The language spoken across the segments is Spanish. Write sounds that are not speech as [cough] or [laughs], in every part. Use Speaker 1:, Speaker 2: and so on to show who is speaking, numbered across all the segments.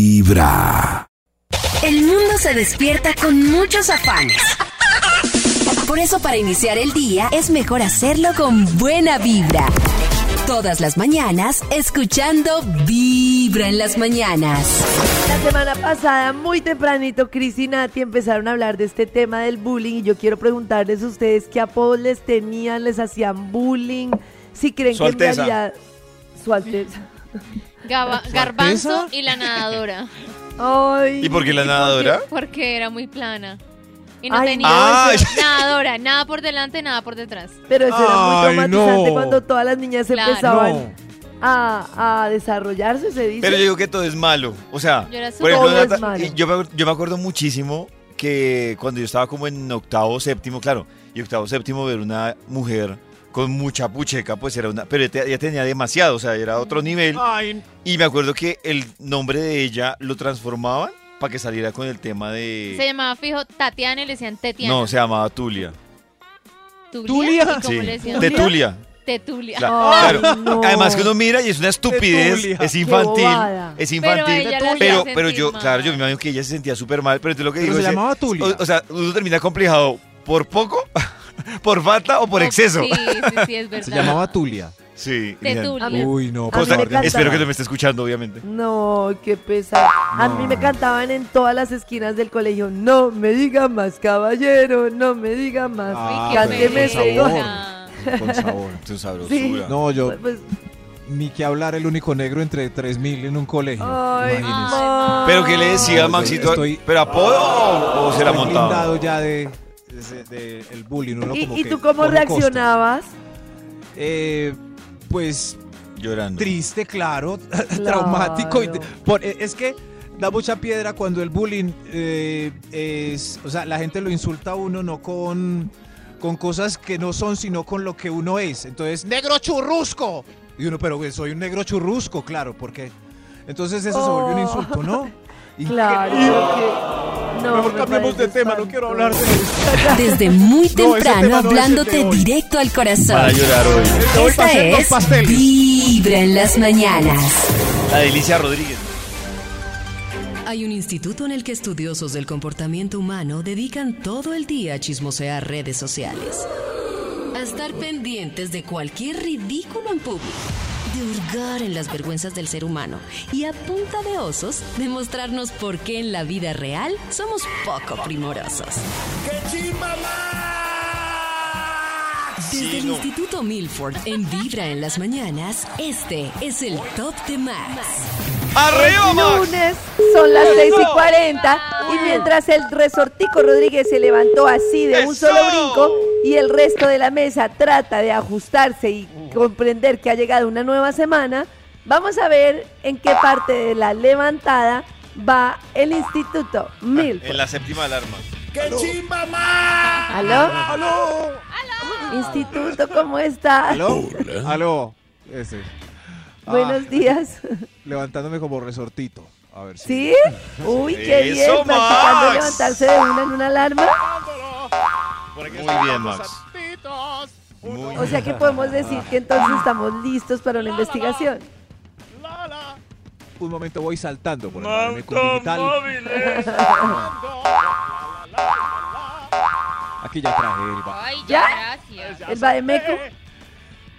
Speaker 1: Vibra.
Speaker 2: El mundo se despierta con muchos afanes. Por eso para iniciar el día es mejor hacerlo con buena vibra. Todas las mañanas escuchando Vibra en las mañanas.
Speaker 3: La semana pasada, muy tempranito, Cris y Nati empezaron a hablar de este tema del bullying y yo quiero preguntarles a ustedes qué apodos les tenían, les hacían bullying, si creen
Speaker 4: Su
Speaker 3: que en
Speaker 4: Alteza.
Speaker 3: realidad... Su Alteza. [laughs]
Speaker 5: Gaba- garbanzo y la nadadora,
Speaker 3: [laughs] Ay,
Speaker 4: ¿Y por qué la nadadora?
Speaker 5: porque era muy plana. Y no
Speaker 3: Ay,
Speaker 5: tenía
Speaker 4: no. Ay. [laughs]
Speaker 5: nadadora, nada por delante, nada por detrás.
Speaker 3: Pero eso
Speaker 4: Ay,
Speaker 3: era muy traumatizante
Speaker 4: no.
Speaker 3: cuando todas las niñas
Speaker 5: Claro.
Speaker 3: empezaban a, a desarrollarse, se dice.
Speaker 4: Pero yo digo que todo es malo. O sea,
Speaker 5: Yo era
Speaker 4: por ejemplo,
Speaker 3: Todo es
Speaker 4: Nata-
Speaker 3: malo.
Speaker 4: y yo, me, yo me acuerdo muchísimo que cuando yo estaba como en octavo, séptimo, claro, y octavo, séptimo, ver una mujer con mucha pucheca, pues era una... Pero ella te- ella tenía demasiado, o sea, era otro nivel. Y me acuerdo que el nombre de ella lo transformaban para que saliera con el tema
Speaker 5: Se
Speaker 4: de...
Speaker 5: llamaba fijo Tatiana y le decían Tetiana.
Speaker 4: No, se llamaba Tulia.
Speaker 5: ¿Tulia? ¿Y cómo
Speaker 4: Sí,
Speaker 5: le decían?
Speaker 4: Tetulia.
Speaker 5: Tetulia.
Speaker 4: Cla-
Speaker 3: Ay,
Speaker 4: claro.
Speaker 3: no.
Speaker 4: Además que uno mira y es una estupidez,
Speaker 6: Tetulia.
Speaker 4: es
Speaker 3: Qué
Speaker 4: infantil,
Speaker 3: bobada.
Speaker 4: es
Speaker 5: Pero a
Speaker 4: infantil.
Speaker 5: ella la hacía
Speaker 4: Pero,
Speaker 5: sentir
Speaker 4: pero yo,
Speaker 5: mal.
Speaker 4: claro, yo me imagino que ella se sentía súper mal, pero entonces lo que
Speaker 6: Pero
Speaker 4: digo
Speaker 6: se
Speaker 4: es,
Speaker 6: llamaba Tulia.
Speaker 4: o, o sea, uno termina complejado por poco, [laughs] por falta o por
Speaker 5: Oh,
Speaker 4: exceso.
Speaker 5: Sí, sí, sí, es verdad.
Speaker 6: Se llamaba Tulia.
Speaker 4: Sí.
Speaker 5: Tetulia.
Speaker 4: Lilian.
Speaker 3: A mí-
Speaker 6: Uy, no,
Speaker 3: por
Speaker 4: Costa-
Speaker 3: favor, Lilian.
Speaker 4: espero que no me esté escuchando, obviamente.
Speaker 3: No, qué pesado. A mí me cantaban en todas las esquinas del colegio. No me diga más, caballero. No me diga más.
Speaker 6: Ah,
Speaker 3: Cánteme
Speaker 6: pero
Speaker 3: ese
Speaker 6: por favor.
Speaker 3: gol.
Speaker 6: Con sabor.
Speaker 4: Tu sabrosura.
Speaker 3: Sí.
Speaker 6: No, yo
Speaker 3: [laughs] Pues,
Speaker 6: ni que hablar el único negro entre 3000 en un colegio.
Speaker 3: ay,
Speaker 6: Imagínense.
Speaker 3: ma.
Speaker 4: Pero que le decía
Speaker 6: No, yo
Speaker 4: Maxito,
Speaker 6: estoy-
Speaker 4: pero apodo o, o se la
Speaker 6: Estoy
Speaker 4: montaba.
Speaker 6: blindado ya de, de- de- el bullying. uno como
Speaker 3: ¿Y, y
Speaker 6: que
Speaker 3: tú cómo
Speaker 6: pone
Speaker 3: reaccionabas?
Speaker 6: costos. Eh, pues
Speaker 4: Llorando.
Speaker 6: triste, claro, [laughs] traumático. y- por- eh, es que da mucha piedra cuando el bullying eh, es, o sea, la gente lo insulta a uno no con, con cosas que no son, sino con lo que uno es. Entonces, negro churrusco. Y uno, pero güey, soy un negro churrusco, claro, porque entonces eso se vuelve un
Speaker 3: Oh.
Speaker 6: insulto, ¿no? Y-
Speaker 3: Claro. que- No,
Speaker 6: Mejor
Speaker 3: me
Speaker 6: cambiemos de
Speaker 3: parece
Speaker 6: tema, no
Speaker 3: espantoso.
Speaker 6: quiero hablar de eso.
Speaker 2: Desde muy
Speaker 6: No, ese
Speaker 2: temprano
Speaker 6: tema no es el de
Speaker 2: hablándote
Speaker 6: hoy.
Speaker 2: directo al
Speaker 4: Para
Speaker 2: corazón.
Speaker 4: llorar hoy.
Speaker 6: Hoy
Speaker 2: Esta
Speaker 6: pasé dos
Speaker 2: es
Speaker 6: pasteles.
Speaker 2: Vibra en las mañanas.
Speaker 4: La delicia Rodríguez.
Speaker 7: Hay un instituto en el que estudiosos del comportamiento humano dedican todo el día a chismosear redes sociales, a estar pendientes de cualquier ridículo en público, de hurgar en las vergüenzas del ser humano y a punta de osos demostrarnos por qué en la vida real somos poco primorosos. Desde el Instituto Milford en Vibra en las mañanas, este es el Top de Max.
Speaker 4: ¡Arriba, Max!
Speaker 3: lunes, son las 6 y 40 y mientras el resortico Rodríguez se levantó así de un
Speaker 4: ¡Eso!
Speaker 3: solo brinco y el resto de la mesa trata de ajustarse y comprender que ha llegado una nueva semana, vamos a ver en qué parte de la levantada va el instituto Mil.
Speaker 4: En la séptima alarma.
Speaker 3: ¿Aló? Instituto, ¿cómo está?
Speaker 6: ¿Aló? ¿Aló? Ese. Ah,
Speaker 3: Buenos días.
Speaker 6: Levantándome como resortito. A ver si. [laughs]
Speaker 3: ¿Sí? Uy, qué bien.
Speaker 4: Eso,
Speaker 3: Practicando
Speaker 4: Max.
Speaker 3: levantarse de una en una alarma.
Speaker 4: Muy bien, Max. Muy
Speaker 3: O sea que podemos decir que entonces estamos listos para una investigación.
Speaker 6: Ah, Un momento voy saltando por el panorama digital. Aquí ya traje el ba-
Speaker 5: Ay,
Speaker 3: ¿Ya?
Speaker 5: ya, gracias.
Speaker 3: El Bademeco.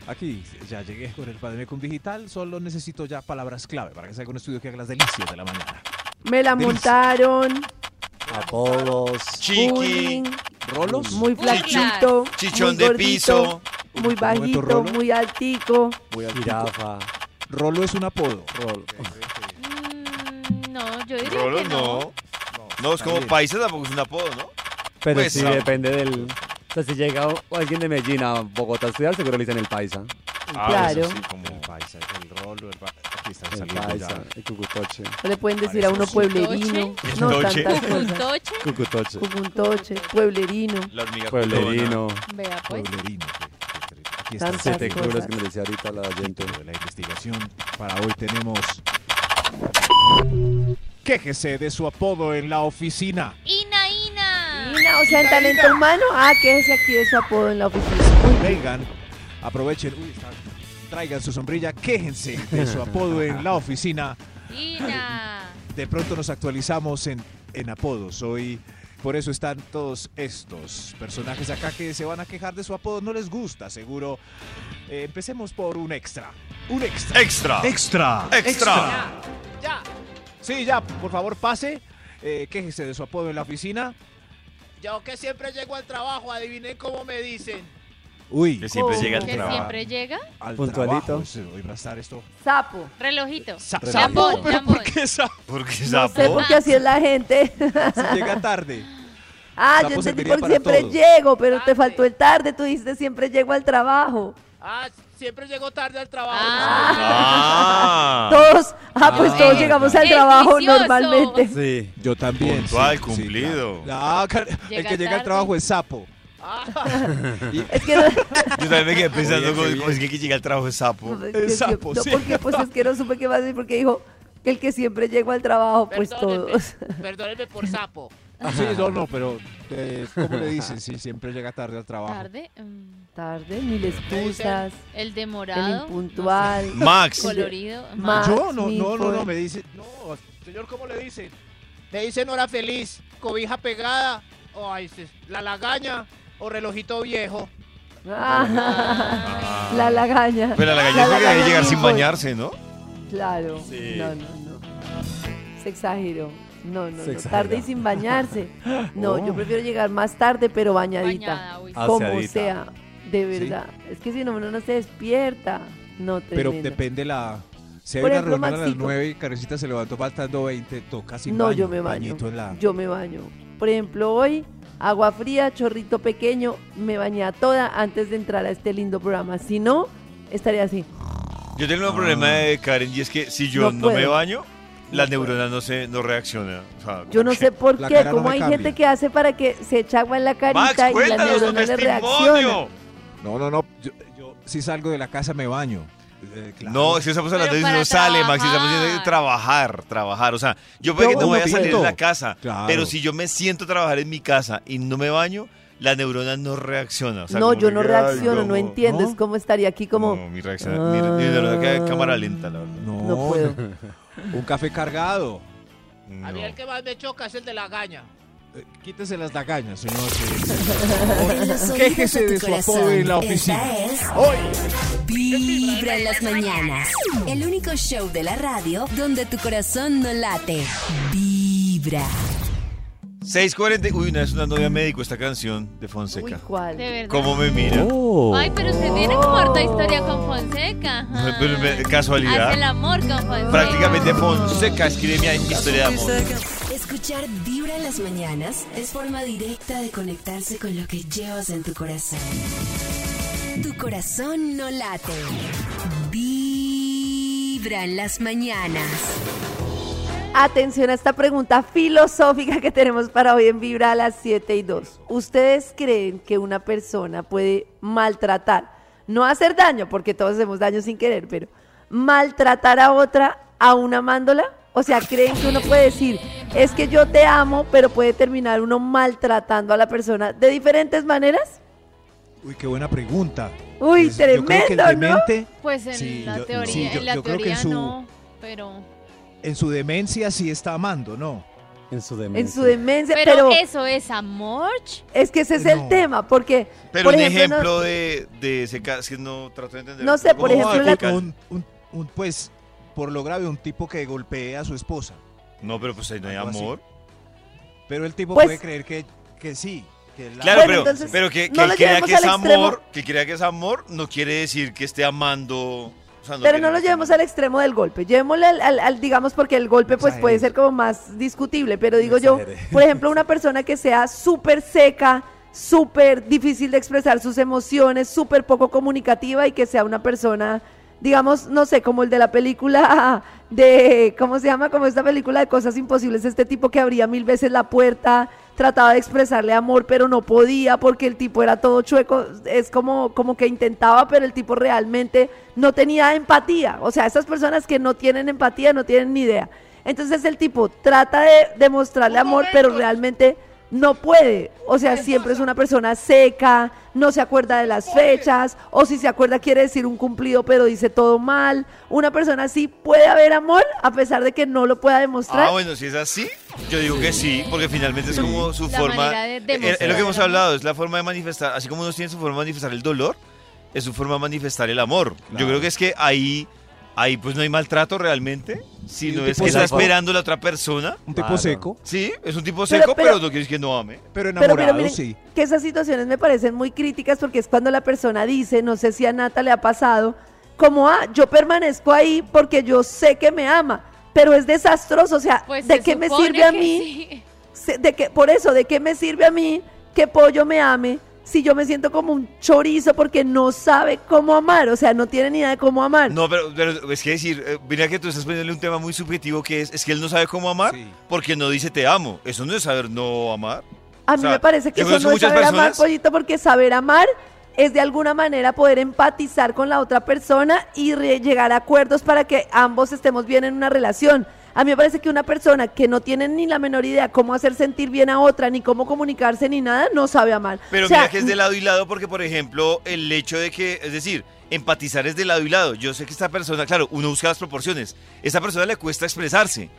Speaker 6: Aquí ya llegué con el Bademecum digital. Solo necesito ya palabras clave para que salga un estudio que haga las delicias de la mañana.
Speaker 3: Me la montaron.
Speaker 4: Chiqui.
Speaker 3: bullying,
Speaker 6: Rolos.
Speaker 3: Muy flaquito.
Speaker 4: Chichón
Speaker 3: muy
Speaker 4: de
Speaker 3: gordito,
Speaker 4: piso.
Speaker 3: Muy bajito,
Speaker 6: Rolo.
Speaker 3: muy altico.
Speaker 6: Rolo es un apodo.
Speaker 5: Mm, no, yo diría
Speaker 4: Rolo
Speaker 5: que no.
Speaker 4: no. No, es como paisa tampoco es un apodo, ¿no?
Speaker 8: Pero
Speaker 4: Pues,
Speaker 8: sí,
Speaker 4: ah.
Speaker 8: depende del... O sea, si llega o- alguien de Medellín a Bogotá a estudiar, seguro le dicen el paisa.
Speaker 3: Claro.
Speaker 4: Ah, eso sí, como-
Speaker 6: El paisa, el rolo, el ba- Aquí están
Speaker 8: El
Speaker 6: saliendo ya.
Speaker 8: paisa, el cucutoche.
Speaker 3: No
Speaker 6: pues-
Speaker 3: le pueden decir a uno pueblerino. No
Speaker 4: Doche.
Speaker 3: tantas cosas.
Speaker 5: Cucuntoche.
Speaker 8: Cucutoche.
Speaker 3: Cucuntoche, pueblerino.
Speaker 4: La hormiga culona.
Speaker 8: Pueblerino.
Speaker 5: Vea pues.
Speaker 6: Pueblerino, qué- qué terrible. Aquí
Speaker 3: Tantas
Speaker 6: está el
Speaker 8: Te
Speaker 3: Esas
Speaker 8: juro
Speaker 3: cosas.
Speaker 8: que me decía ahorita la gente.
Speaker 6: centro de la investigación. Para hoy tenemos... Quéjese de su apodo en la oficina.
Speaker 5: Ina, Ina.
Speaker 3: Mina, o sea, en talento humano. Ah, quéjese aquí de su apodo en la oficina. Uy,
Speaker 6: Vengan, aprovechen, uy, está- traigan su sombrilla, quéjense de su apodo en la oficina.
Speaker 5: Ina.
Speaker 6: de pronto nos actualizamos en, en apodos. Hoy por eso están todos estos personajes acá que se van a quejar de su apodo. No les gusta, seguro. Eh, empecemos por un extra. Un extra.
Speaker 4: Extra.
Speaker 6: Extra.
Speaker 4: Extra.
Speaker 6: Ya. Sí, ya. Por favor, pase. Eh, quéjese de su apodo en la oficina.
Speaker 1: Yo que siempre llego al trabajo, adivinen cómo me dicen.
Speaker 6: Uy,
Speaker 4: Que siempre
Speaker 3: ¿Cómo?
Speaker 4: llega al
Speaker 5: Que
Speaker 4: trabajo.
Speaker 5: siempre llega.
Speaker 6: al
Speaker 8: Puntualito.
Speaker 6: trabajo. Sí, Hoy va a estar esto.
Speaker 3: [laughs] Sapo.
Speaker 5: Relojito.
Speaker 6: Sa-
Speaker 5: Lambón,
Speaker 6: sapo, pero
Speaker 5: lambón.
Speaker 6: ¿por qué sapo?
Speaker 4: Porque
Speaker 3: No
Speaker 4: sapo.
Speaker 3: sé porque así es la gente. [laughs]
Speaker 6: Si llega tarde.
Speaker 3: Ah,
Speaker 6: Sapo
Speaker 3: yo entendí
Speaker 6: serviría
Speaker 3: porque
Speaker 6: para
Speaker 3: siempre
Speaker 6: todo.
Speaker 3: llego, pero te
Speaker 1: Tarde.
Speaker 3: faltó el tarde, tú dijiste siempre llego al trabajo.
Speaker 1: Ah, siempre llego tarde al trabajo.
Speaker 3: [laughs]
Speaker 4: Ah.
Speaker 5: Ah,
Speaker 3: Todos, ah, pues todos llegamos al
Speaker 5: ¡Qué
Speaker 3: trabajo
Speaker 5: vicioso!
Speaker 3: normalmente.
Speaker 8: Sí.
Speaker 6: Yo también.
Speaker 4: Puntual, cumplido.
Speaker 6: claro. Ah, car- el
Speaker 5: Llega
Speaker 6: que llega al
Speaker 5: tarde.
Speaker 6: trabajo es sapo.
Speaker 3: Ah. [laughs] Es que no,
Speaker 4: Yo también me quedé pensando
Speaker 6: Oye, qué
Speaker 4: cómo
Speaker 6: bien.
Speaker 4: cómo es que llega al trabajo de sapo.
Speaker 3: es que yo-
Speaker 6: sapo,
Speaker 3: no,
Speaker 6: sí.
Speaker 3: porque pues es que no supe qué más decir porque dijo que el que siempre llego al trabajo, pues
Speaker 1: Perdónenme,
Speaker 3: todos. [laughs]
Speaker 1: Perdónenme por sapo.
Speaker 6: Sí, no, no, pero eh, ¿cómo le dicen? Si siempre llega tarde al trabajo.
Speaker 5: tarde. mm,
Speaker 3: Tarde, mil excusas,
Speaker 5: El
Speaker 3: el
Speaker 5: demorado.
Speaker 3: impuntual.
Speaker 5: no sé,
Speaker 4: Max.
Speaker 5: Colorido. ajá.
Speaker 3: Ma-
Speaker 6: Yo no,
Speaker 3: mi
Speaker 6: no, no, no,
Speaker 3: pobre.
Speaker 6: me dice.
Speaker 1: No, señor, ¿cómo le dicen? Me dicen hora feliz, cobija pegada, o ay, se- la lagaña, o relojito viejo.
Speaker 3: Ah,
Speaker 4: Ah.
Speaker 3: la lagaña.
Speaker 4: Pero la gallina
Speaker 3: La
Speaker 4: que debe
Speaker 3: lagaña
Speaker 4: llegar sin
Speaker 3: mil cosas.
Speaker 4: bañarse, ¿no?
Speaker 3: Claro.
Speaker 4: Sí.
Speaker 3: No, no, no. Se exageró. No, no,
Speaker 8: Se
Speaker 3: no. Tarde y
Speaker 8: exageró.
Speaker 3: sin
Speaker 6: [laughs]
Speaker 3: bañarse. No,
Speaker 6: Oh.
Speaker 3: yo prefiero llegar más tarde, pero bañadita.
Speaker 5: Bañada, uy, sí.
Speaker 8: Ah,
Speaker 3: Como
Speaker 8: Aseadita.
Speaker 3: sea. De
Speaker 6: Sí.
Speaker 3: verdad. Es que si no, uno no se despierta. No,
Speaker 6: Pero
Speaker 3: tremendo.
Speaker 6: depende la. Si hay
Speaker 3: Por
Speaker 6: una
Speaker 3: ejemplo,
Speaker 6: reunión a las
Speaker 3: Maxito.
Speaker 6: 9 y Carecita se levantó faltando 20, toca sin
Speaker 3: No,
Speaker 6: baño,
Speaker 3: yo me baño.
Speaker 6: bañito en la-
Speaker 3: Yo me baño. Por ejemplo, hoy, agua fría, chorrito pequeño, me bañé a toda antes de entrar a este lindo programa. Si no, estaría así.
Speaker 4: Yo tengo un
Speaker 6: Ah.
Speaker 4: problema de Karen y es que si yo
Speaker 3: No
Speaker 4: no,
Speaker 3: puedo.
Speaker 4: me baño, las
Speaker 3: No
Speaker 4: neuronas no se no reaccionan. O sea,
Speaker 3: Yo no sé por
Speaker 6: La
Speaker 3: qué,
Speaker 6: cara no
Speaker 3: cómo
Speaker 6: me
Speaker 3: hay
Speaker 6: cambia.
Speaker 3: gente que hace para que se echa agua en la
Speaker 4: Max,
Speaker 3: carita y la
Speaker 4: cuéntanos tu
Speaker 3: neurona le reacciona.
Speaker 4: testimonio.
Speaker 6: No, no, no. Yo, yo si salgo de la casa me baño. Eh, claro.
Speaker 4: No, si estamos hablando
Speaker 5: Pero
Speaker 4: de
Speaker 5: para
Speaker 4: no sale, Max, si estamos diciendo de
Speaker 5: trabajar.
Speaker 4: trabajar, trabajar. O sea, yo puede
Speaker 6: Yo
Speaker 4: que no
Speaker 6: como
Speaker 4: vaya a salir de
Speaker 6: pinto.
Speaker 4: la casa,
Speaker 6: Claro.
Speaker 4: pero si yo me siento a trabajar en mi casa y no me baño, las neuronas no reaccionan. O sea,
Speaker 3: no,
Speaker 4: como
Speaker 3: yo
Speaker 4: que,
Speaker 3: no
Speaker 4: ay,
Speaker 3: reacciono, no Ah.
Speaker 4: como-
Speaker 3: entiendo.
Speaker 6: ¿no?
Speaker 3: Es como estaría aquí como...
Speaker 4: No, mi reacción, mi, mi neurona queda en cámara lenta, la verdad.
Speaker 6: No,
Speaker 3: No puedo.
Speaker 6: Un café cargado.
Speaker 1: A mí
Speaker 4: No.
Speaker 1: el que más me choca es el de lagaña.
Speaker 6: Eh, Quítese las lagañas, señor.
Speaker 2: En los oídos
Speaker 6: Quéjese
Speaker 2: tu
Speaker 6: de su apodo en la
Speaker 2: corazón.
Speaker 6: oficina.
Speaker 2: Esta es
Speaker 6: Hoy.
Speaker 2: Vibra en las mañanas. El único show de la radio donde tu corazón no late. Vibra.
Speaker 4: 6.40, uy, una vez una novia médico esta canción de
Speaker 3: Uy,
Speaker 4: Fonseca. [laughs]
Speaker 3: ¿cuál?
Speaker 5: De verdad.
Speaker 4: ¿Cómo me mira?
Speaker 6: Oh.
Speaker 5: Ay, pero usted tiene como harta historia con Fonseca. ajá.
Speaker 4: Pero me- casualidad.
Speaker 5: Hace el amor con Fonseca.
Speaker 4: Prácticamente Fonseca escribe mi historia de amor.
Speaker 2: Escuchar Vibra en las mañanas es forma directa de conectarse con lo que llevas en tu corazón. Tu corazón no late. Vibra en las mañanas.
Speaker 3: Atención a esta pregunta filosófica que tenemos para hoy en Vibra a las 7 y 2. ¿Ustedes creen que una persona puede maltratar, no hacer daño, porque todos hacemos daño sin querer, pero maltratar a otra aún amándola? O sea, ¿creen que uno puede decir, es que yo te amo, pero puede terminar uno maltratando a la persona de diferentes maneras?
Speaker 6: Uy, qué buena pregunta.
Speaker 3: Uy,
Speaker 6: Pues, Yo creo que el
Speaker 3: tremendo, ¿no?
Speaker 6: demente,
Speaker 5: Pues en
Speaker 6: Sí,
Speaker 5: la
Speaker 6: yo-
Speaker 5: teoría,
Speaker 6: sí, yo-
Speaker 5: en la
Speaker 6: yo creo que
Speaker 5: teoría
Speaker 6: en su-
Speaker 5: no, pero...
Speaker 6: en su demencia sí está amando, ¿no?
Speaker 8: En su demencia.
Speaker 3: En su demencia,
Speaker 5: Pero,
Speaker 3: pero,
Speaker 5: eso es amor. ch-
Speaker 3: es que ese es el
Speaker 6: No.
Speaker 3: tema, porque...
Speaker 4: Pero
Speaker 3: por
Speaker 4: un
Speaker 3: no-
Speaker 4: ejemplo de, de ese ca- es que no trato de entender.
Speaker 3: No sé,
Speaker 4: ¿Cómo
Speaker 3: por
Speaker 4: va a
Speaker 3: ejemplo, la-
Speaker 4: explicar?
Speaker 6: un, un- un- pues, por lo grave, un tipo que golpea a su esposa.
Speaker 4: No, pero pues ahí no hay
Speaker 6: Algo así.
Speaker 4: amor.
Speaker 6: Pero el tipo
Speaker 3: Pues-
Speaker 6: puede creer que, que sí. Que la-
Speaker 4: Claro,
Speaker 3: Bueno,
Speaker 4: pero,
Speaker 3: entonces,
Speaker 4: pero que,
Speaker 3: no
Speaker 4: que él
Speaker 3: lo
Speaker 4: crea
Speaker 3: llevemos
Speaker 4: que es
Speaker 3: al extremo.
Speaker 4: amor, que crea que es amor, no quiere decir que esté amando. o sea,
Speaker 3: Pero
Speaker 4: que-
Speaker 3: no lo llevemos al extremo del golpe, llevémosle al, al- al- digamos, porque el golpe pues
Speaker 6: Exagere.
Speaker 3: puede ser como más discutible, pero digo yo,
Speaker 8: exagere.
Speaker 3: por ejemplo, una persona que sea súper seca, súper difícil de expresar sus emociones, súper poco comunicativa y que sea una persona, digamos, no sé, como el de la película de, ¿cómo se llama? Como esta película de cosas imposibles, este tipo que abría mil veces la puerta, trataba de expresarle amor, pero no podía porque el tipo era todo chueco, es como, como que intentaba, pero el tipo realmente no tenía empatía, o sea, esas personas que no tienen empatía no tienen ni idea. Entonces el tipo trata de demostrarle amor, pero realmente no puede. O sea, siempre es una persona seca, no se acuerda de las fechas, o si se acuerda quiere decir un cumplido, pero dice todo mal. Una persona así puede haber amor a pesar de que no lo pueda demostrar.
Speaker 4: Ah, bueno, si es así, yo digo que sí, porque finalmente es como su
Speaker 5: La
Speaker 4: forma.
Speaker 5: manera de
Speaker 4: es-
Speaker 5: demostrar
Speaker 4: es lo que hemos
Speaker 5: el amor.
Speaker 4: hablado, es la forma de manifestar. Así como uno tiene su forma de manifestar el dolor, es su forma de manifestar el amor. Yo
Speaker 6: Claro.
Speaker 4: creo que es que ahí, ahí pues no hay maltrato realmente, sino
Speaker 6: un
Speaker 4: es
Speaker 6: tipo
Speaker 4: que está
Speaker 8: seco.
Speaker 4: esperando la otra persona.
Speaker 6: Un tipo
Speaker 8: Claro.
Speaker 6: seco,
Speaker 4: Sí, es un
Speaker 3: Pero-
Speaker 4: tipo seco, pero,
Speaker 3: pero-
Speaker 4: no quieres que no ame.
Speaker 6: pero
Speaker 3: Pero,
Speaker 6: enamorado,
Speaker 3: pero miren
Speaker 6: sí.
Speaker 3: que esas situaciones me parecen muy críticas porque es cuando la persona dice, no sé si a Nata le ha pasado, como, ah, yo permanezco ahí porque yo sé que me ama, pero es desastroso, o sea,
Speaker 5: Pues
Speaker 3: ¿de
Speaker 5: se
Speaker 3: qué me
Speaker 5: supone
Speaker 3: sirve a
Speaker 5: que
Speaker 3: mí?
Speaker 5: sí.
Speaker 3: se- de que, por eso, ¿de qué me sirve a mí que Pollo me ame si yo me siento como un chorizo porque no sabe cómo amar? O sea, no tiene ni idea de cómo amar.
Speaker 4: No, pero, pero es que decir, eh, mira que tú estás poniéndole un tema muy subjetivo que es, es que él no sabe cómo amar
Speaker 6: Sí.
Speaker 4: porque no dice te amo. Eso no es saber no amar.
Speaker 3: a
Speaker 4: o
Speaker 3: mí
Speaker 4: sea,
Speaker 3: me parece que
Speaker 4: yo
Speaker 3: eso
Speaker 4: conozco
Speaker 3: no es
Speaker 4: muchas
Speaker 3: saber amar,
Speaker 4: personas-
Speaker 3: Pollito, porque saber amar es de alguna manera poder empatizar con la otra persona y re- llegar a acuerdos para que ambos estemos bien en una relación. A mí me parece que una persona que no tiene ni la menor idea cómo hacer sentir bien a otra, ni cómo comunicarse, ni nada, no sabe amar.
Speaker 4: Pero
Speaker 3: O sea,
Speaker 4: mira que es de lado y lado porque, por ejemplo, el hecho de que, es decir, empatizar es de lado y lado. Yo sé que esta persona, claro, uno busca las proporciones. Esta persona le cuesta expresarse,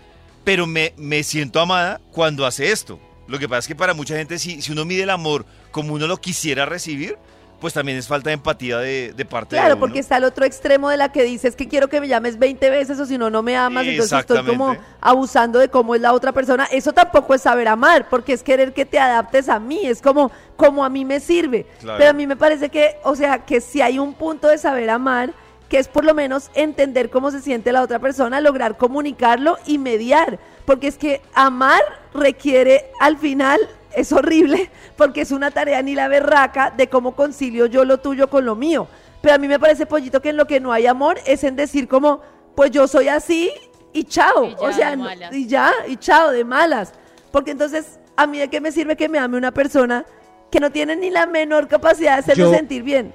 Speaker 4: pero me, me siento amada cuando hace esto. Lo que pasa es que para mucha gente, si, si uno mide el amor como uno lo quisiera recibir, pues también es falta de empatía de, de parte de
Speaker 3: Claro,
Speaker 4: uno.
Speaker 3: porque está el otro extremo de la que dices que quiero que me llames 20 veces o si no, no me amas. Entonces estoy como
Speaker 4: Exactamente.
Speaker 3: abusando de cómo es la otra persona. Eso tampoco es saber amar, porque es querer que te adaptes a mí. Es como, como a mí me sirve.
Speaker 4: Claro.
Speaker 3: Pero a mí me parece que, o sea, que si hay un punto de saber amar, que es por lo menos entender cómo se siente la otra persona, lograr comunicarlo y mediar. Porque es que amar requiere al final, es horrible, [laughs] porque es una tarea ni la berraca de cómo concilio yo lo tuyo con lo mío. Pero a mí me parece, pollito, que en lo que no hay amor es en decir como, pues yo soy así y chao.
Speaker 5: Y ya,
Speaker 3: o sea,
Speaker 5: de
Speaker 3: no-
Speaker 5: malas.
Speaker 3: y ya, y chao, de malas. Porque entonces, ¿a mí de qué me sirve que me ame una persona que no tiene ni la menor capacidad de hacerme
Speaker 6: Yo-
Speaker 3: sentir bien?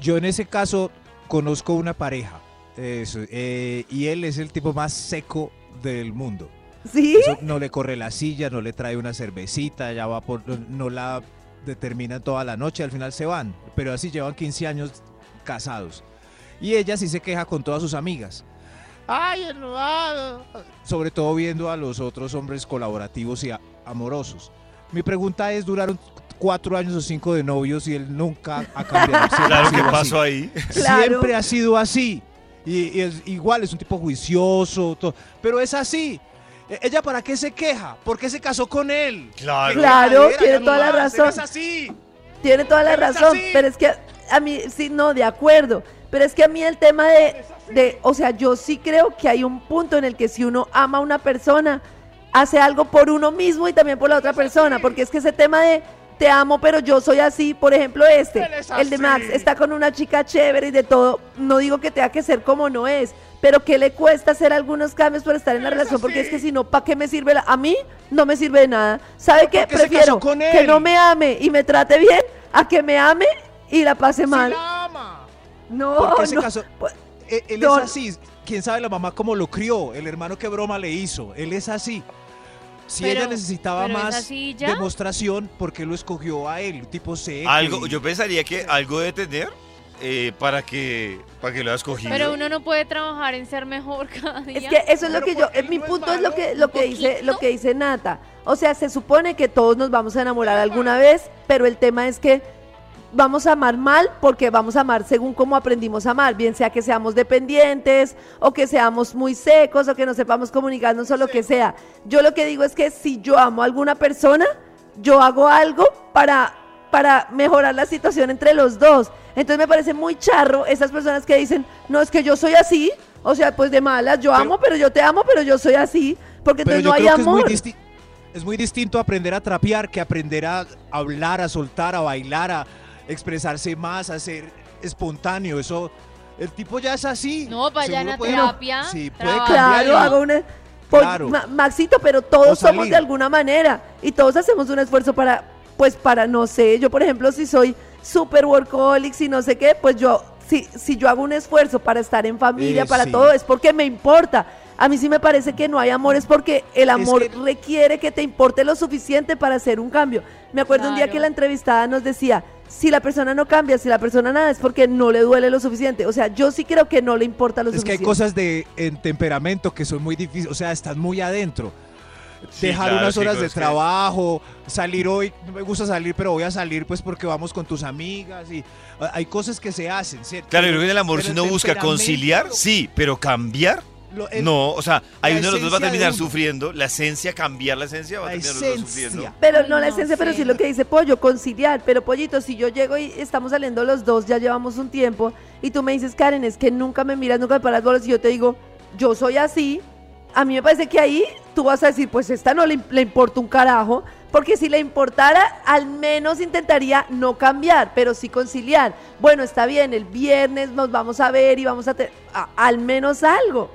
Speaker 6: Yo en ese caso conozco una pareja eso, eh, y él es el tipo más seco del mundo.
Speaker 3: ¿Sí?
Speaker 6: Eso no le corre la silla, no le trae una cervecita, ya va por, no la determina toda la noche, al final se van. Pero así llevan 15 años casados. Y ella sí se queja con todas sus amigas,
Speaker 1: Ay, no, ah,
Speaker 6: sobre todo viendo a los otros hombres colaborativos y a- amorosos. Mi pregunta es, duraron cuatro años o cinco de novios y él nunca ha
Speaker 4: [laughs]
Speaker 6: cambiado. Siempre ha
Speaker 4: Claro,
Speaker 6: sido
Speaker 4: ¿qué
Speaker 6: así.
Speaker 4: pasó ahí?
Speaker 3: Claro.
Speaker 6: Siempre ha sido así. Y, y es igual, es un tipo juicioso, to- pero es así. E- ¿Ella para qué se queja? ¿Por qué se casó con él?
Speaker 4: Claro.
Speaker 3: Claro,
Speaker 6: Era
Speaker 3: tiene
Speaker 6: tan
Speaker 3: toda la
Speaker 6: humana,
Speaker 3: razón.
Speaker 6: Es así.
Speaker 3: Tiene toda la
Speaker 6: Pero es
Speaker 3: razón,
Speaker 6: así.
Speaker 3: pero es que a mí, sí, no, de acuerdo. Pero es que a mí el tema de, de, o sea, yo sí creo que hay un punto en el que si uno ama a una persona, hace algo por uno mismo y también por la otra persona, porque es que ese tema de te amo, pero yo soy así, por ejemplo, este,
Speaker 1: Eres
Speaker 3: el de Max,
Speaker 1: así.
Speaker 3: está con una chica chévere y de todo, no digo que tenga que ser como no es, pero que le cuesta hacer algunos cambios por estar en la relación, porque es que si no, ¿para qué me sirve? la- a mí no me sirve de nada. ¿Sabe qué?
Speaker 6: ¿Por qué se
Speaker 3: Prefiero
Speaker 6: casó con
Speaker 3: que
Speaker 6: él?
Speaker 3: no me ame y me trate bien a que me ame y la pase mal.
Speaker 1: la ama.
Speaker 3: No,
Speaker 6: ¿Por qué se
Speaker 3: no.
Speaker 6: casó?
Speaker 3: Pues,
Speaker 6: E- Él
Speaker 3: no.
Speaker 6: es así. ¿Quién sabe la mamá cómo lo crió? El hermano qué broma le hizo. Él es así. Si
Speaker 5: Pero-
Speaker 6: ella necesitaba
Speaker 5: pero es
Speaker 6: más
Speaker 5: así ya.
Speaker 6: demostración, ¿por qué lo escogió a él? Un Tipo seco.
Speaker 4: Algo,
Speaker 6: y-
Speaker 4: yo pensaría que algo de tener eh, para que para que lo hayas cogido.
Speaker 5: Pero uno no puede trabajar en ser mejor [laughs] cada día.
Speaker 3: Es que eso es lo
Speaker 1: Pero
Speaker 3: que yo,
Speaker 1: porque él
Speaker 3: mi
Speaker 1: no es
Speaker 3: punto es lo
Speaker 1: malo,
Speaker 3: que, lo que dice,
Speaker 5: poquito.
Speaker 3: lo que dice Nata. O sea, se supone que todos nos vamos a enamorar alguna vez, pero el tema es que vamos a amar mal porque vamos a amar según cómo aprendimos a amar, bien sea que seamos dependientes o que seamos muy secos o que no sepamos comunicarnos o lo que sea. Yo lo que digo es que si yo amo a alguna persona, yo hago algo para para mejorar la situación entre los dos. Entonces me parece muy charro esas personas que dicen, no, es que yo soy así, o sea, pues de malas, yo amo, pero yo te amo, pero yo soy así, porque
Speaker 6: Pero
Speaker 3: entonces
Speaker 6: yo
Speaker 3: no hay
Speaker 6: creo que es muy,
Speaker 3: amor.
Speaker 6: disti- es muy distinto aprender a trapear que aprender a hablar, a soltar, a bailar, a expresarse más, a ser espontáneo. Eso, el tipo ya es así.
Speaker 5: No, vayan
Speaker 6: Seguro
Speaker 5: a
Speaker 6: puede-
Speaker 5: terapia,
Speaker 6: Sí, puede
Speaker 5: trabajen.
Speaker 6: cambiar.
Speaker 3: Claro,
Speaker 5: Claro.
Speaker 3: hago una... Pues,
Speaker 6: Claro.
Speaker 3: Ma- Maxito, pero todos
Speaker 6: O
Speaker 3: somos
Speaker 6: salir.
Speaker 3: de alguna manera y todos hacemos un esfuerzo para, pues para, no sé, yo por ejemplo, si soy super workaholic y no sé qué, pues yo, si, si yo hago un esfuerzo para estar en familia,
Speaker 6: Eh,
Speaker 3: para
Speaker 6: sí.
Speaker 3: todo, es porque me importa. A mí sí me parece que no hay amores porque el amor
Speaker 6: que-
Speaker 3: requiere que te importe lo suficiente para hacer un cambio. Me acuerdo un día que
Speaker 5: Claro.
Speaker 3: la entrevistada nos decía, si la persona no cambia, si la persona nada, es porque no le duele lo suficiente. O sea, yo sí creo que no le importa lo
Speaker 6: Es que hay
Speaker 3: suficiente.
Speaker 6: cosas de en temperamento que son muy difíciles, o sea, están muy adentro.
Speaker 4: Sí,
Speaker 6: Dejar
Speaker 4: claro,
Speaker 6: unas
Speaker 4: sí,
Speaker 6: horas
Speaker 4: no,
Speaker 6: de
Speaker 4: es que-
Speaker 6: trabajo, salir hoy, no me gusta salir, pero voy a salir pues porque vamos con tus amigas y ah, hay cosas que se hacen, ¿cierto?
Speaker 4: Claro, yo
Speaker 6: Pero-
Speaker 4: creo que en el amor,
Speaker 6: pero
Speaker 4: si uno
Speaker 6: el
Speaker 4: busca
Speaker 6: temperamento,
Speaker 4: conciliar, sí, pero cambiar,
Speaker 6: lo- el-
Speaker 4: no. O sea, ahí
Speaker 6: la
Speaker 4: uno de los dos va a
Speaker 6: esencia de
Speaker 4: terminar
Speaker 6: uno.
Speaker 4: sufriendo. La esencia, cambiar la esencia, va a
Speaker 6: La
Speaker 4: terminar los dos
Speaker 6: esencia.
Speaker 4: sufriendo.
Speaker 3: Pero
Speaker 5: Ay,
Speaker 3: no la
Speaker 5: no
Speaker 3: esencia, pero
Speaker 5: sé.
Speaker 3: sí lo que dice Pollo, conciliar. Pero Pollito, si yo llego y estamos saliendo los dos, ya llevamos un tiempo, y tú me dices, Karen, es que nunca me miras, nunca me paras bolas, y yo te digo, yo soy así, a mí me parece que ahí tú vas a decir, pues esta no le, im- le importa un carajo, porque si le importara, al menos intentaría no cambiar, pero sí conciliar. Bueno, está bien, el viernes nos vamos a ver y vamos a tener al menos algo.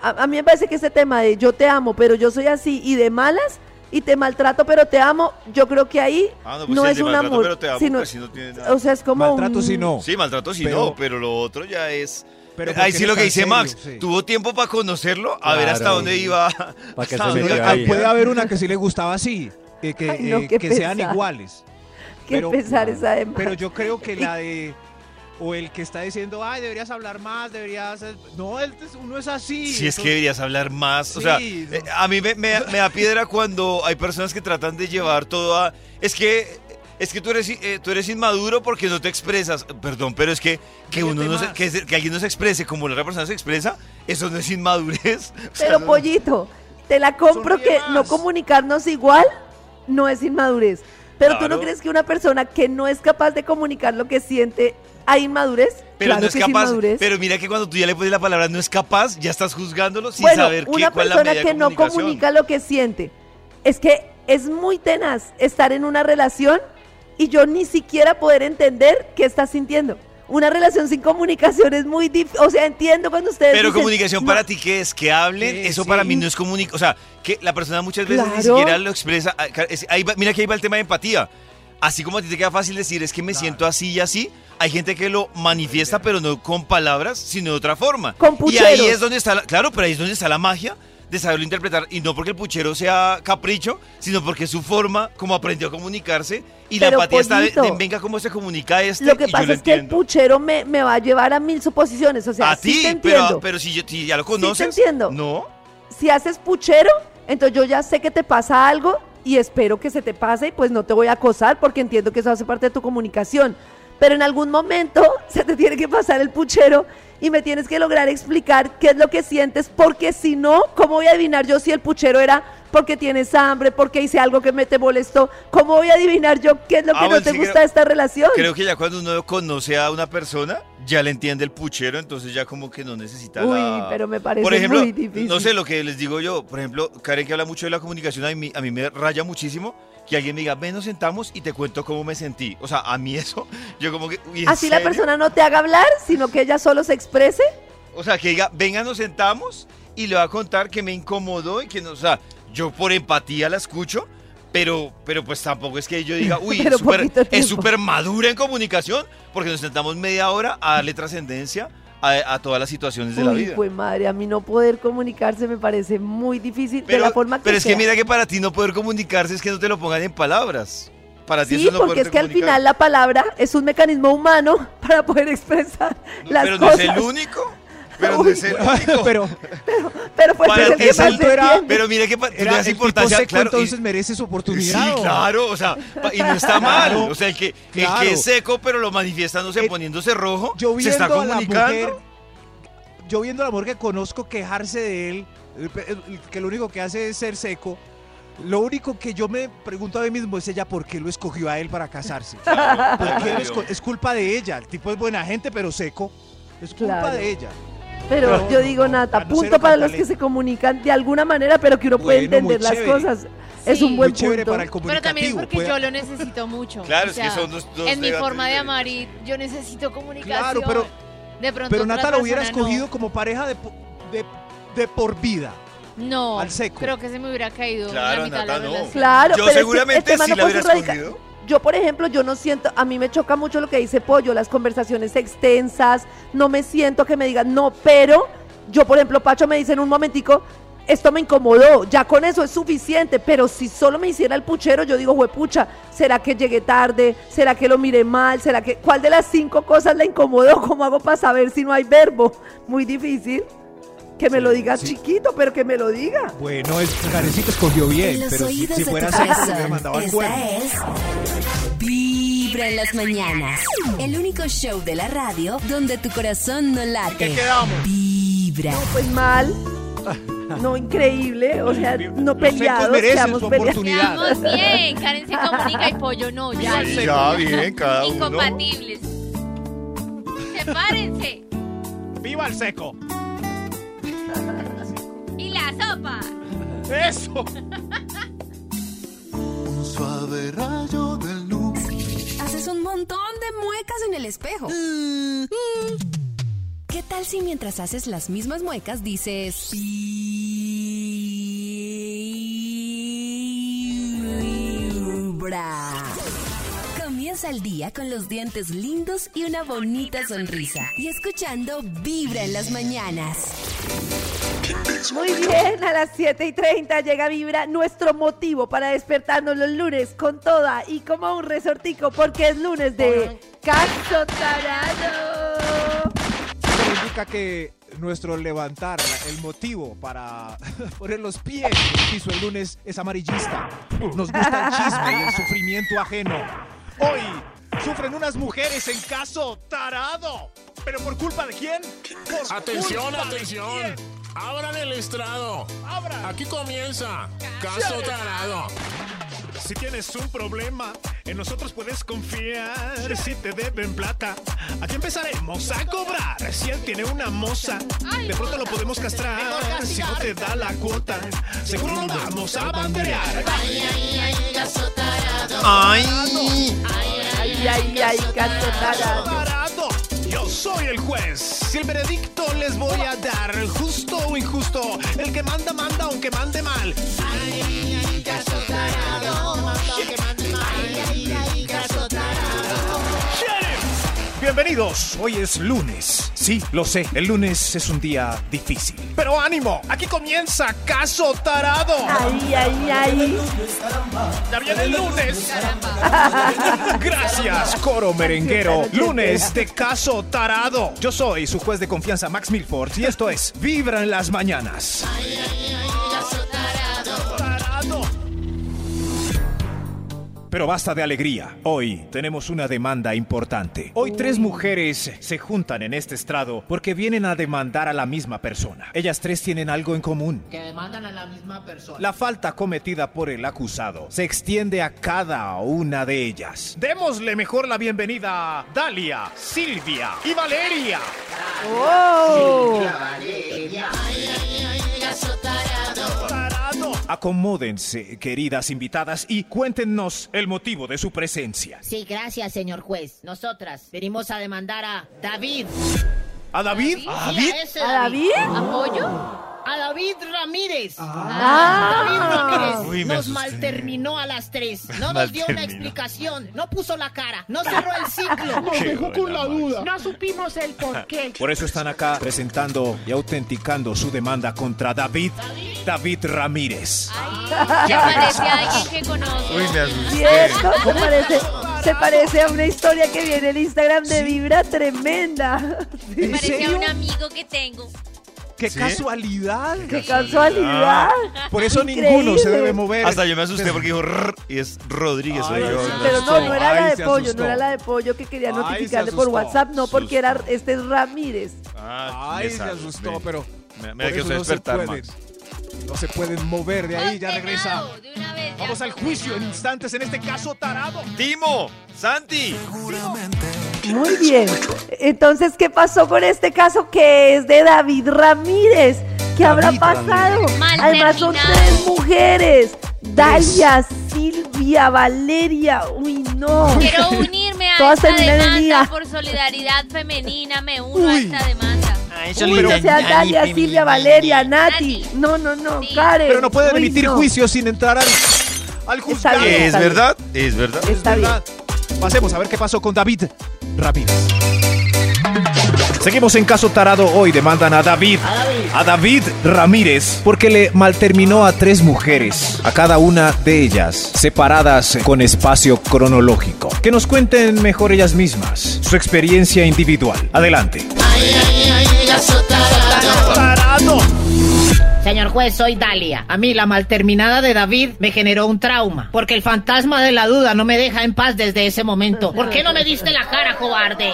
Speaker 3: A, a mí me parece que ese tema de yo te amo, pero yo soy así y de malas y te maltrato, pero te amo, yo creo que ahí
Speaker 4: Ah,
Speaker 3: no,
Speaker 4: pues si el
Speaker 3: es
Speaker 4: de
Speaker 3: un
Speaker 4: maltrato,
Speaker 3: amor.
Speaker 4: Pero te amo,
Speaker 3: sino-
Speaker 4: pues, si no tiene nada.
Speaker 3: O sea, es como
Speaker 6: Maltrato
Speaker 3: un-
Speaker 6: si no.
Speaker 4: Sí, maltrato sí
Speaker 6: Pero-
Speaker 4: no, pero lo otro ya es. eh,
Speaker 6: Pero ¿por
Speaker 4: ahí
Speaker 6: qué
Speaker 4: sí
Speaker 6: no
Speaker 4: lo que
Speaker 6: tan
Speaker 4: dice
Speaker 6: serio?
Speaker 4: Max,
Speaker 6: Sí.
Speaker 4: tuvo tiempo para conocerlo, a ver hasta
Speaker 8: Claro.
Speaker 4: dónde iba.
Speaker 8: Pa'
Speaker 6: [laughs]
Speaker 8: que se
Speaker 4: hasta dónde
Speaker 8: metiera
Speaker 4: iba a
Speaker 8: ahí.
Speaker 4: cambiar.
Speaker 6: Ah, Puede haber una que sí le gustaba así, eh, que,
Speaker 3: Ay, no,
Speaker 6: eh,
Speaker 3: qué
Speaker 6: que sean
Speaker 3: pesar.
Speaker 6: iguales.
Speaker 3: [laughs] Qué
Speaker 6: pero-
Speaker 3: pesar es además.
Speaker 6: Pero yo creo que la
Speaker 3: [laughs]
Speaker 6: de. O el que está diciendo, ay, deberías hablar más, deberías. hacer-". No, él es- uno es así.
Speaker 4: Si es que
Speaker 6: entonces-
Speaker 4: deberías hablar más. o sea,
Speaker 6: Sí,
Speaker 4: eh,
Speaker 6: no.
Speaker 4: a mí me, me- me da piedra cuando hay personas que tratan de llevar todo a. Es que. Es que tú eres, i- eh, tú eres inmaduro porque no te expresas. Perdón, pero es que que, uno no se-
Speaker 6: más.
Speaker 4: que, se- que alguien no se exprese como la otra persona se expresa, eso no es inmadurez. [laughs] O sea,
Speaker 3: Pero
Speaker 4: no-
Speaker 3: pollito, te la compro
Speaker 6: Sonríe
Speaker 3: que no
Speaker 6: más.
Speaker 3: comunicarnos igual no es inmadurez. Pero tú no
Speaker 4: Claro.
Speaker 3: crees que una persona que no es capaz de comunicar lo que siente hay inmadurez?
Speaker 4: pero
Speaker 3: claro
Speaker 4: no es
Speaker 3: que
Speaker 4: capaz.
Speaker 3: inmadurez.
Speaker 4: pero mira que cuando tú ya le pones la palabra no es capaz, ya estás juzgándolo sin
Speaker 3: bueno,
Speaker 4: saber qué,
Speaker 3: una
Speaker 4: cuál es la
Speaker 3: persona
Speaker 4: medida de
Speaker 3: que no
Speaker 4: comunicación.
Speaker 3: comunica lo que siente. Es que es muy tenaz estar en una relación y yo ni siquiera poder entender qué estás sintiendo. Una relación sin comunicación es muy difícil. O sea, entiendo cuando ustedes.
Speaker 4: Pero
Speaker 3: dicen,
Speaker 4: comunicación
Speaker 3: "No,
Speaker 4: para ti, que es? Que hablen,
Speaker 6: Sí,
Speaker 4: eso
Speaker 6: sí.
Speaker 4: para mí no es comunicación. O sea, que la persona muchas veces ni
Speaker 3: Claro.
Speaker 4: siquiera lo expresa. Ah, ca- es- ahí va- mira que ahí va el tema de empatía. Así como a ti te queda fácil decir, es que me siento así y así, hay gente que lo manifiesta, pero no con palabras, sino de otra forma.
Speaker 3: Con
Speaker 4: y ahí
Speaker 3: pucheros.
Speaker 4: es donde está, la- claro, pero ahí es donde está la magia de saberlo interpretar. Y no porque el puchero sea capricho, sino porque es su forma, como aprendió a comunicarse. Y la
Speaker 3: Pero,
Speaker 4: empatía está de,
Speaker 3: pollito,
Speaker 4: de, venga, cómo se comunica este.
Speaker 3: Lo que
Speaker 4: y yo
Speaker 3: pasa es que el
Speaker 4: entiendo.
Speaker 3: puchero me, me va a llevar a mil suposiciones. O sea,
Speaker 4: a
Speaker 3: sí
Speaker 4: ti,
Speaker 3: te
Speaker 4: pero,
Speaker 3: entiendo.
Speaker 4: pero si, yo- si ya lo conoces.
Speaker 3: entiendo.
Speaker 4: No.
Speaker 3: Si haces puchero, entonces yo ya sé que te pasa algo y espero que se te pase y pues no te voy a acosar porque entiendo que eso hace parte de tu comunicación. Pero en algún momento [laughs] se te tiene que pasar el puchero y me tienes que lograr explicar qué es lo que sientes porque si no, ¿cómo voy a adivinar yo si el puchero era porque tienes hambre, porque hice algo que me te molestó? ¿Cómo voy a adivinar yo qué es lo
Speaker 4: Ah,
Speaker 3: que no
Speaker 4: bueno,
Speaker 3: te
Speaker 4: sí creo-
Speaker 3: gusta de esta relación?
Speaker 4: Creo que ya cuando uno conoce a una persona, ya le entiende el puchero, entonces ya como que no necesita
Speaker 3: Uy,
Speaker 4: la-
Speaker 3: pero me parece
Speaker 4: por ejemplo,
Speaker 3: muy difícil.
Speaker 4: No sé, lo que les digo yo, por ejemplo, Karen que habla mucho de la comunicación, a mí, a mí me raya muchísimo que alguien me diga, ven, nos sentamos y te cuento cómo me sentí. O sea, a mí eso, [laughs] yo como que... "Uy, ¿en
Speaker 3: Así la
Speaker 4: serio?".
Speaker 3: persona no te haga hablar, sino que ella solo se exprese.
Speaker 4: O sea, que diga, venga, nos sentamos y le va a contar que me incomodó y que no... O sea, yo por empatía la escucho, pero, pero pues tampoco es que yo diga,
Speaker 3: [laughs]
Speaker 4: uy,
Speaker 3: Pero
Speaker 4: es súper-
Speaker 3: poquito
Speaker 4: es
Speaker 3: tiempo".
Speaker 4: súper madura en comunicación, porque nos sentamos media hora a darle trascendencia a, a todas las situaciones de la
Speaker 3: Uy,
Speaker 4: vida.
Speaker 3: pues madre, a mí no poder comunicarse me parece muy difícil
Speaker 4: pero
Speaker 3: de la forma que
Speaker 4: pero es que
Speaker 3: sea.
Speaker 4: mira que para ti no poder comunicarse es que no te lo pongan en palabras. Para ti
Speaker 3: Sí,
Speaker 4: eso es no
Speaker 3: porque
Speaker 4: poderte
Speaker 3: es que al
Speaker 4: comunicar.
Speaker 3: final la palabra es un mecanismo humano [laughs] para poder expresar
Speaker 4: No,
Speaker 3: las
Speaker 4: pero
Speaker 3: cosas.
Speaker 4: no es el
Speaker 3: [laughs]
Speaker 4: único. Pero no
Speaker 3: Uy,
Speaker 4: es el [laughs] único.
Speaker 6: pero
Speaker 3: Pero
Speaker 4: [laughs]
Speaker 3: pues
Speaker 4: Para
Speaker 3: es el
Speaker 4: ti
Speaker 3: que
Speaker 4: es
Speaker 3: más
Speaker 4: el-
Speaker 3: se entiende.
Speaker 4: Pero mira que pa- tú le
Speaker 6: era el
Speaker 4: das
Speaker 6: tipo
Speaker 4: importancia.
Speaker 6: seco,
Speaker 4: claro, y-
Speaker 6: entonces merece su oportunidad.
Speaker 4: Sí,
Speaker 6: ¿o?
Speaker 4: claro, o sea, pa- y no está mal.
Speaker 6: Claro,
Speaker 4: o sea, el que, el
Speaker 6: claro.
Speaker 4: que es seco, pero lo manifiesta, no sé,
Speaker 6: Eh,
Speaker 4: poniéndose rojo,
Speaker 6: Yo viendo
Speaker 4: se está
Speaker 6: a la
Speaker 4: comunicando.
Speaker 6: mujer, yo viendo a la mujer que conozco quejarse de él, eh, pe- eh, que lo único que hace es ser seco. Lo único que yo me pregunto a mí mismo es ella por qué lo escogió a él para casarse.
Speaker 4: Claro,
Speaker 6: ¿Por qué
Speaker 4: claro.
Speaker 6: lo esco- es culpa de ella. El tipo es buena gente, pero seco. Es culpa
Speaker 3: Claro.
Speaker 6: de ella.
Speaker 3: Pero
Speaker 6: No,
Speaker 3: yo
Speaker 6: no,
Speaker 3: digo,
Speaker 6: no,
Speaker 3: Nata,
Speaker 6: a no ser
Speaker 3: punto para
Speaker 6: con
Speaker 3: los que
Speaker 6: talento.
Speaker 3: se comunican de alguna manera, pero que uno puede
Speaker 6: Bueno, muy
Speaker 3: entender las
Speaker 6: chévere.
Speaker 3: cosas. Es
Speaker 5: Sí.
Speaker 3: un
Speaker 5: Muy
Speaker 3: buen
Speaker 6: Muy chévere
Speaker 3: punto.
Speaker 6: para el comunicativo.
Speaker 5: Pero también es porque
Speaker 6: puede-
Speaker 5: yo lo necesito mucho.
Speaker 4: Claro,
Speaker 5: O
Speaker 4: es que
Speaker 5: sea,
Speaker 4: son dos- dos
Speaker 5: En mi
Speaker 4: debates
Speaker 5: forma de
Speaker 4: diferentes.
Speaker 5: amar y yo necesito comunicación.
Speaker 6: Claro, pero,
Speaker 5: de pronto
Speaker 6: pero
Speaker 5: otra
Speaker 6: Nata lo hubiera
Speaker 5: persona no.
Speaker 6: escogido como pareja de, po- de- de por vida.
Speaker 5: No,
Speaker 6: al seco.
Speaker 5: creo que se me hubiera caído
Speaker 4: Claro,
Speaker 5: la mitad
Speaker 4: Nata,
Speaker 5: de la
Speaker 4: no.
Speaker 5: relación.
Speaker 3: Claro,
Speaker 4: Yo
Speaker 3: pero es que
Speaker 4: seguramente
Speaker 3: este man
Speaker 4: sí
Speaker 3: no
Speaker 4: la
Speaker 3: puede
Speaker 4: hubiera
Speaker 3: ser radical.
Speaker 4: escondido.
Speaker 3: Yo, por ejemplo, yo no siento, a mí me choca mucho lo que dice Pollo, las conversaciones extensas, no me siento que me digan, no, pero Yo, por ejemplo, Pacho me dice en un momentico, esto me incomodó, ya con eso es suficiente, pero si solo me hiciera el puchero, yo digo, pucha, ¿será que llegué tarde? ¿Será que lo miré mal? ¿Será que cuál de las cinco cosas le incomodó? ¿Cómo hago para saber si no hay verbo? Muy difícil. Que me lo digas
Speaker 9: sí.
Speaker 3: chiquito, pero que me lo diga.
Speaker 9: Bueno, es, Karencita escogió
Speaker 2: En
Speaker 9: bien,
Speaker 2: los
Speaker 9: pero si,
Speaker 2: oídos
Speaker 9: si
Speaker 2: de
Speaker 9: fuera
Speaker 2: tu
Speaker 9: sexo
Speaker 2: corazón,
Speaker 9: me mandaba al
Speaker 2: esta
Speaker 9: cuerno.
Speaker 2: es Vibra en las mañanas. El único show de la radio donde tu corazón no late.
Speaker 10: ¿Qué quedamos?
Speaker 2: Vibra.
Speaker 3: Pues mal. No increíble, o sea, no peleados,
Speaker 9: merecen
Speaker 3: quedamos
Speaker 9: su
Speaker 3: peleados.
Speaker 9: oportunidad.
Speaker 5: Quedamos bien. Karen se comunica y pollo no. Ya,
Speaker 10: Sí,
Speaker 4: Ya, bien, cada uno.
Speaker 5: incompatibles. Sepárense.
Speaker 10: ¡Viva el seco!
Speaker 5: Y la sopa.
Speaker 10: ¡Eso!
Speaker 11: Un suave rayo de luz.
Speaker 2: Haces un montón de muecas en el espejo. ¿Qué tal si mientras haces las mismas muecas dices... Vibra? Comienza el día con los dientes lindos y una bonita sonrisa. Y escuchando Vibra en las mañanas.
Speaker 3: Muy bien, a las 7 y 30 llega Vibra, nuestro motivo para despertarnos los lunes con toda y como un resortico, porque es lunes de Canto Tarado.
Speaker 9: Esto indica que nuestro levantar, el motivo para [laughs] poner los pies en el piso el lunes es amarillista. Nos gusta el chisme y el sufrimiento ajeno.
Speaker 10: Hoy sufren unas mujeres en caso tarado. ¿Pero por culpa de quién? Por
Speaker 12: Atención,
Speaker 10: culpa de
Speaker 12: atención.
Speaker 10: quién.
Speaker 12: Abran el estrado.
Speaker 10: Abran.
Speaker 12: Aquí comienza. Caso tarado.
Speaker 6: Si tienes un problema, en nosotros puedes confiar. Si te deben plata, aquí empezaremos a cobrar. Si él tiene una moza, de pronto lo podemos castrar. Si no te da la cuota, seguro lo vamos a banderear.
Speaker 3: Ay, ay, ay, Canto Tarado.
Speaker 6: Parado, yo soy el juez. Si el veredicto les voy a dar, justo o injusto, el que manda, manda, aunque mande mal. Bienvenidos, hoy es lunes. Sí, lo sé, el lunes es un día difícil. Pero ánimo, aquí comienza Caso Tarado.
Speaker 3: Ay, ay, ay.
Speaker 6: Ya viene el lunes. [laughs] Gracias, coro merenguero. Lunes de caso tarado. Yo soy su juez de confianza, Max Milford, y esto es Vibra en las mañanas. Tarado. Pero basta de alegría. Hoy tenemos una demanda importante. Hoy tres mujeres se juntan en este estrado porque vienen a demandar a la misma persona. Ellas tres tienen algo en común.
Speaker 13: que demandan a la misma persona.
Speaker 6: La falta cometida por el acusado se extiende a cada una de ellas. Démosle mejor la bienvenida a Dalia, Silvia y Valeria.
Speaker 3: Oh.
Speaker 6: Tarado. Acomódense, queridas invitadas, y cuéntenos el motivo de su presencia.
Speaker 13: Sí, gracias, señor juez. Nosotras venimos a demandar a David.
Speaker 6: ¿A David? ¿A
Speaker 13: Sí,
Speaker 6: David?
Speaker 13: a ese
Speaker 3: ¿A David?
Speaker 5: ¿Apoyo?
Speaker 13: A David Ramírez. David
Speaker 3: Ah.
Speaker 13: Ramírez
Speaker 4: Uy, me
Speaker 13: nos
Speaker 4: asusté.
Speaker 13: malterminó a las tres. No nos dio una
Speaker 4: Malterminó.
Speaker 13: explicación. No puso la cara. No cerró el ciclo. Nos
Speaker 4: Qué dejó con buena, la Max. duda.
Speaker 13: No supimos el por qué.
Speaker 6: Por eso están acá presentando y autenticando su demanda contra David, David Ramírez.
Speaker 5: ¿Te parece alguien que conozco?
Speaker 4: Uy, me asusté.
Speaker 3: Cierto, se parece, se parece a una historia que viene en el Instagram de Vibra
Speaker 5: [laughs]
Speaker 3: tremenda.
Speaker 5: ¿Te parece a un amigo que tengo?
Speaker 9: ¡Qué
Speaker 4: ¿Sí?
Speaker 9: casualidad!
Speaker 3: Ah, ¡Qué casualidad!
Speaker 9: Por eso ninguno se
Speaker 3: Increíble.
Speaker 9: debe mover.
Speaker 4: Ah. Hasta yo me asusté porque dijo "Rrr", y es Rodríguez. soy
Speaker 9: Ay,
Speaker 4: yo.
Speaker 9: sí,
Speaker 4: Me
Speaker 3: Pero no,
Speaker 4: asustó.
Speaker 3: no era
Speaker 9: Ay,
Speaker 3: la
Speaker 9: se
Speaker 3: de pollo,
Speaker 9: asustó.
Speaker 3: no era la de pollo que quería
Speaker 9: Ay, se
Speaker 3: notificarle por
Speaker 9: asustó.
Speaker 3: WhatsApp, no porque era
Speaker 4: Asustó.
Speaker 3: este es Ramírez.
Speaker 4: Ah,
Speaker 9: Ay,
Speaker 4: me
Speaker 9: se
Speaker 4: sal-
Speaker 9: asustó,
Speaker 4: me-
Speaker 9: pero.
Speaker 4: Me,
Speaker 9: por
Speaker 4: me da que
Speaker 9: eso
Speaker 4: usted
Speaker 9: no se
Speaker 4: despertar,
Speaker 9: pueden.
Speaker 4: Max.
Speaker 9: No se pueden mover de ahí, ya regresa.
Speaker 5: Condenado, De una vez, ya
Speaker 10: Vamos al juicio en instantes en este caso tarado.
Speaker 4: Timo, Santi.
Speaker 11: Seguramente.
Speaker 3: Muy bien. Entonces, ¿qué pasó con este caso que es de David Ramírez? ¿Qué habrá
Speaker 9: David
Speaker 3: pasado?
Speaker 5: Mal
Speaker 3: Además son
Speaker 5: terminado.
Speaker 3: tres mujeres. Dalia, Silvia, Valeria. Uy, no.
Speaker 5: Quiero unirme a
Speaker 3: Todas
Speaker 5: esta
Speaker 3: terminan en
Speaker 5: demanda
Speaker 3: día.
Speaker 5: por solidaridad femenina. Me uno a esta demanda.
Speaker 3: Uy, o sea, Dalia, Silvia, Valeria, Nati.
Speaker 5: Nati.
Speaker 3: No, no, no,
Speaker 5: Sí.
Speaker 3: Karen.
Speaker 9: Pero no pueden
Speaker 3: Uy,
Speaker 9: emitir
Speaker 3: no.
Speaker 9: juicio sin entrar al, al juzgado.
Speaker 3: bien,
Speaker 4: Es
Speaker 3: está bien.
Speaker 4: verdad, es verdad.
Speaker 3: Está bien.
Speaker 9: Pasemos a ver qué pasó con David Ramírez.
Speaker 6: Seguimos en caso tarado hoy. Demandan a David. A David Ramírez. Porque le malterminó a tres mujeres. A cada una de ellas. Separadas con espacio cronológico. Que nos cuenten mejor ellas mismas. Su experiencia individual. Adelante.
Speaker 13: Señor juez, soy Dalia. A mí la malterminada de David me generó un trauma, porque el fantasma de la duda no me deja en paz desde ese momento. ¿Por qué no me diste la cara, cobarde?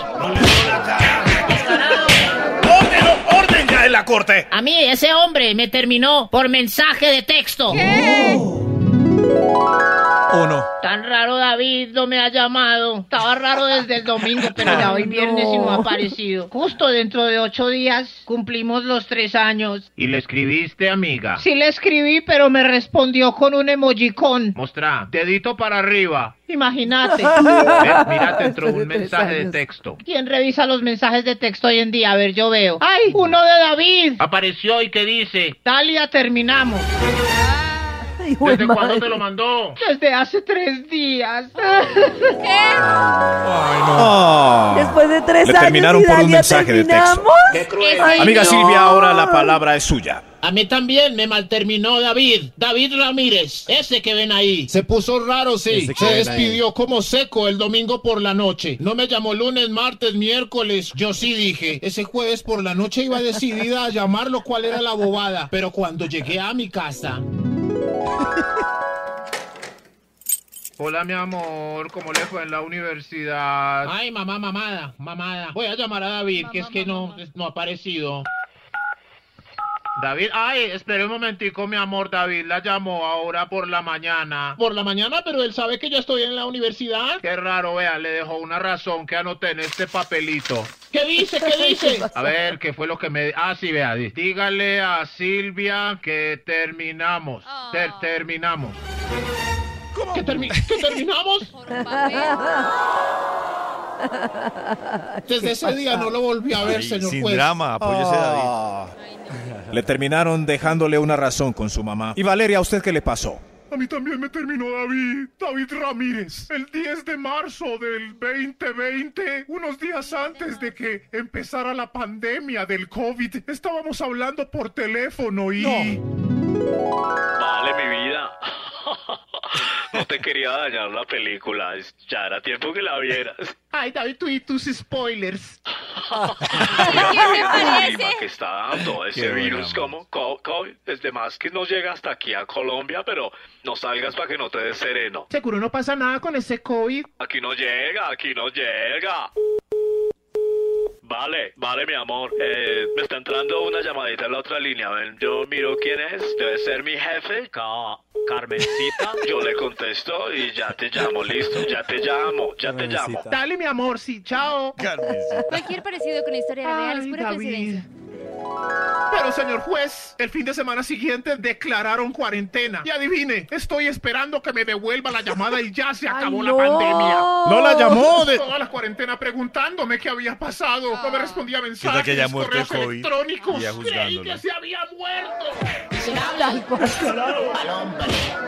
Speaker 6: ¡Orden ya en la corte!
Speaker 13: A mí ese hombre me terminó por mensaje de texto.
Speaker 6: ¿O no?
Speaker 13: Tan raro David no me ha llamado. Estaba raro desde el domingo, pero
Speaker 6: Ah,
Speaker 13: ya hoy viernes y no ha aparecido. Justo dentro de ocho días cumplimos los tres años.
Speaker 14: Y le escribiste, amiga.
Speaker 13: Sí le escribí, pero me respondió con un emojicón.
Speaker 14: Mostrá, dedito para arriba.
Speaker 10: [laughs]
Speaker 13: Imagínate.
Speaker 14: Ves, mira, te entró un mensaje de texto.
Speaker 13: ¿Quién revisa los mensajes de texto hoy en día? A ver, yo veo. ¡Ay! Uno de David.
Speaker 14: Apareció y que dice.
Speaker 13: Dalia, terminamos.
Speaker 14: ¿Desde cuándo te lo mandó?
Speaker 13: Desde hace
Speaker 3: [laughs]
Speaker 13: tres días.
Speaker 6: Ah.
Speaker 3: Después de tres
Speaker 6: Le
Speaker 3: años.
Speaker 6: terminaron
Speaker 3: y
Speaker 6: por un
Speaker 3: Dalia,
Speaker 6: mensaje de texto.
Speaker 3: ¿terminamos? Ay,
Speaker 6: Amiga
Speaker 3: no.
Speaker 6: Silvia, ahora la palabra es suya.
Speaker 10: A mí también me malterminó David, David Ramírez, ese que ven ahí. Se puso raro, sí.
Speaker 15: Ese que
Speaker 10: Se
Speaker 15: ven
Speaker 10: despidió como seco el domingo por la noche. No me llamó lunes, martes, miércoles. Yo sí dije, ese jueves por la noche iba decidida a llamarlo cuál era la bobada. Pero cuando llegué a mi casa...
Speaker 14: Hola, mi amor, ¿cómo le fue en la universidad?
Speaker 10: Ay, mamá, mamada, mamada. Voy a llamar a David, que es que no, no ha aparecido.
Speaker 14: David, ay, espere un momentico, mi amor, David la llamó ahora por la mañana.
Speaker 10: Por la mañana, pero él sabe que yo estoy en la universidad.
Speaker 14: Qué raro, vea, le dejó una razón que anoté en este papelito.
Speaker 10: ¿Qué dice? ¿Qué dice?
Speaker 14: [laughs] A ver, ¿qué fue lo que me... Ah, sí, vea, di- dígale a Silvia que terminamos, Ter- terminamos.
Speaker 10: ¿Que, termi- que terminamos? Desde ese día no lo volví a ver,
Speaker 4: Ay,
Speaker 10: señor
Speaker 4: sin
Speaker 10: juez.
Speaker 4: drama, apóyese,
Speaker 6: Ah. Le terminaron dejándole una razón con su mamá. Y Valeria, ¿a usted qué le pasó?
Speaker 12: A mí también me terminó David, David Ramírez. El 10 de marzo del 2020, unos días antes de que empezara la pandemia del COVID, estábamos hablando por teléfono y...
Speaker 16: Vale, mi vida. [laughs] No te quería dañar la película. Ya era tiempo que la vieras.
Speaker 10: Ay, David, tú y tus spoilers.
Speaker 16: La clima que está dando ese
Speaker 10: Qué buena
Speaker 16: virus como co- COVID. Es de más que no llega hasta aquí a Colombia, pero no salgas para que no te des sereno.
Speaker 10: Seguro no pasa nada con ese COVID.
Speaker 16: Aquí no llega, aquí no llega. Vale, vale, mi amor. Eh, me está entrando una llamadita en la otra línea. Ven, yo miro quién es. Debe ser mi jefe. Ca- Carmencita. Yo le contesto y ya te llamo, listo. Ya te llamo, ya te llamo.
Speaker 10: Dale, mi amor, sí, chao.
Speaker 5: Cualquier parecido con la historia real es
Speaker 10: Ay,
Speaker 5: pura
Speaker 10: David.
Speaker 5: coincidencia.
Speaker 10: Pero, señor juez, el fin de semana siguiente declararon cuarentena. Y adivine, estoy esperando que me devuelva la llamada y ya se acabó
Speaker 6: no.
Speaker 10: la pandemia.
Speaker 6: No la llamó de-
Speaker 10: Toda la cuarentena preguntándome qué había pasado. No me respondía
Speaker 4: tal
Speaker 10: mensajes,
Speaker 4: que haya muerto
Speaker 10: correos
Speaker 4: de COVID?
Speaker 10: electrónicos.
Speaker 4: Y ya
Speaker 10: Creí
Speaker 4: juzgándolo.
Speaker 10: que se había muerto.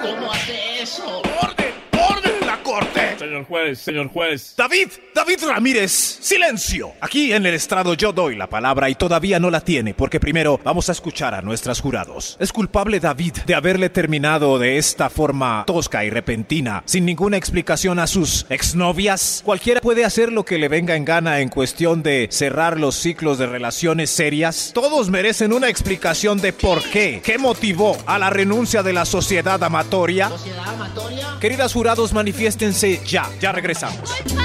Speaker 12: ¿Cómo hace eso? ¡Orden! ¡Orden en la corte!
Speaker 6: Señor juez, señor juez. David, David Ramírez, silencio. Aquí en el estrado yo doy la palabra y todavía no la tiene porque primero vamos a escuchar a nuestras jurados. Es culpable David de haberle terminado de esta forma tosca y repentina, sin ninguna explicación a sus exnovias. Cualquiera puede hacer lo que le venga en gana en cuestión de cerrar los ciclos de relaciones serias. Todos merecen una explicación de por qué, qué motivó a la renuncia de la sociedad amatoria. Queridas jurados, manifiéstense ya. Ya regresamos.
Speaker 3: No,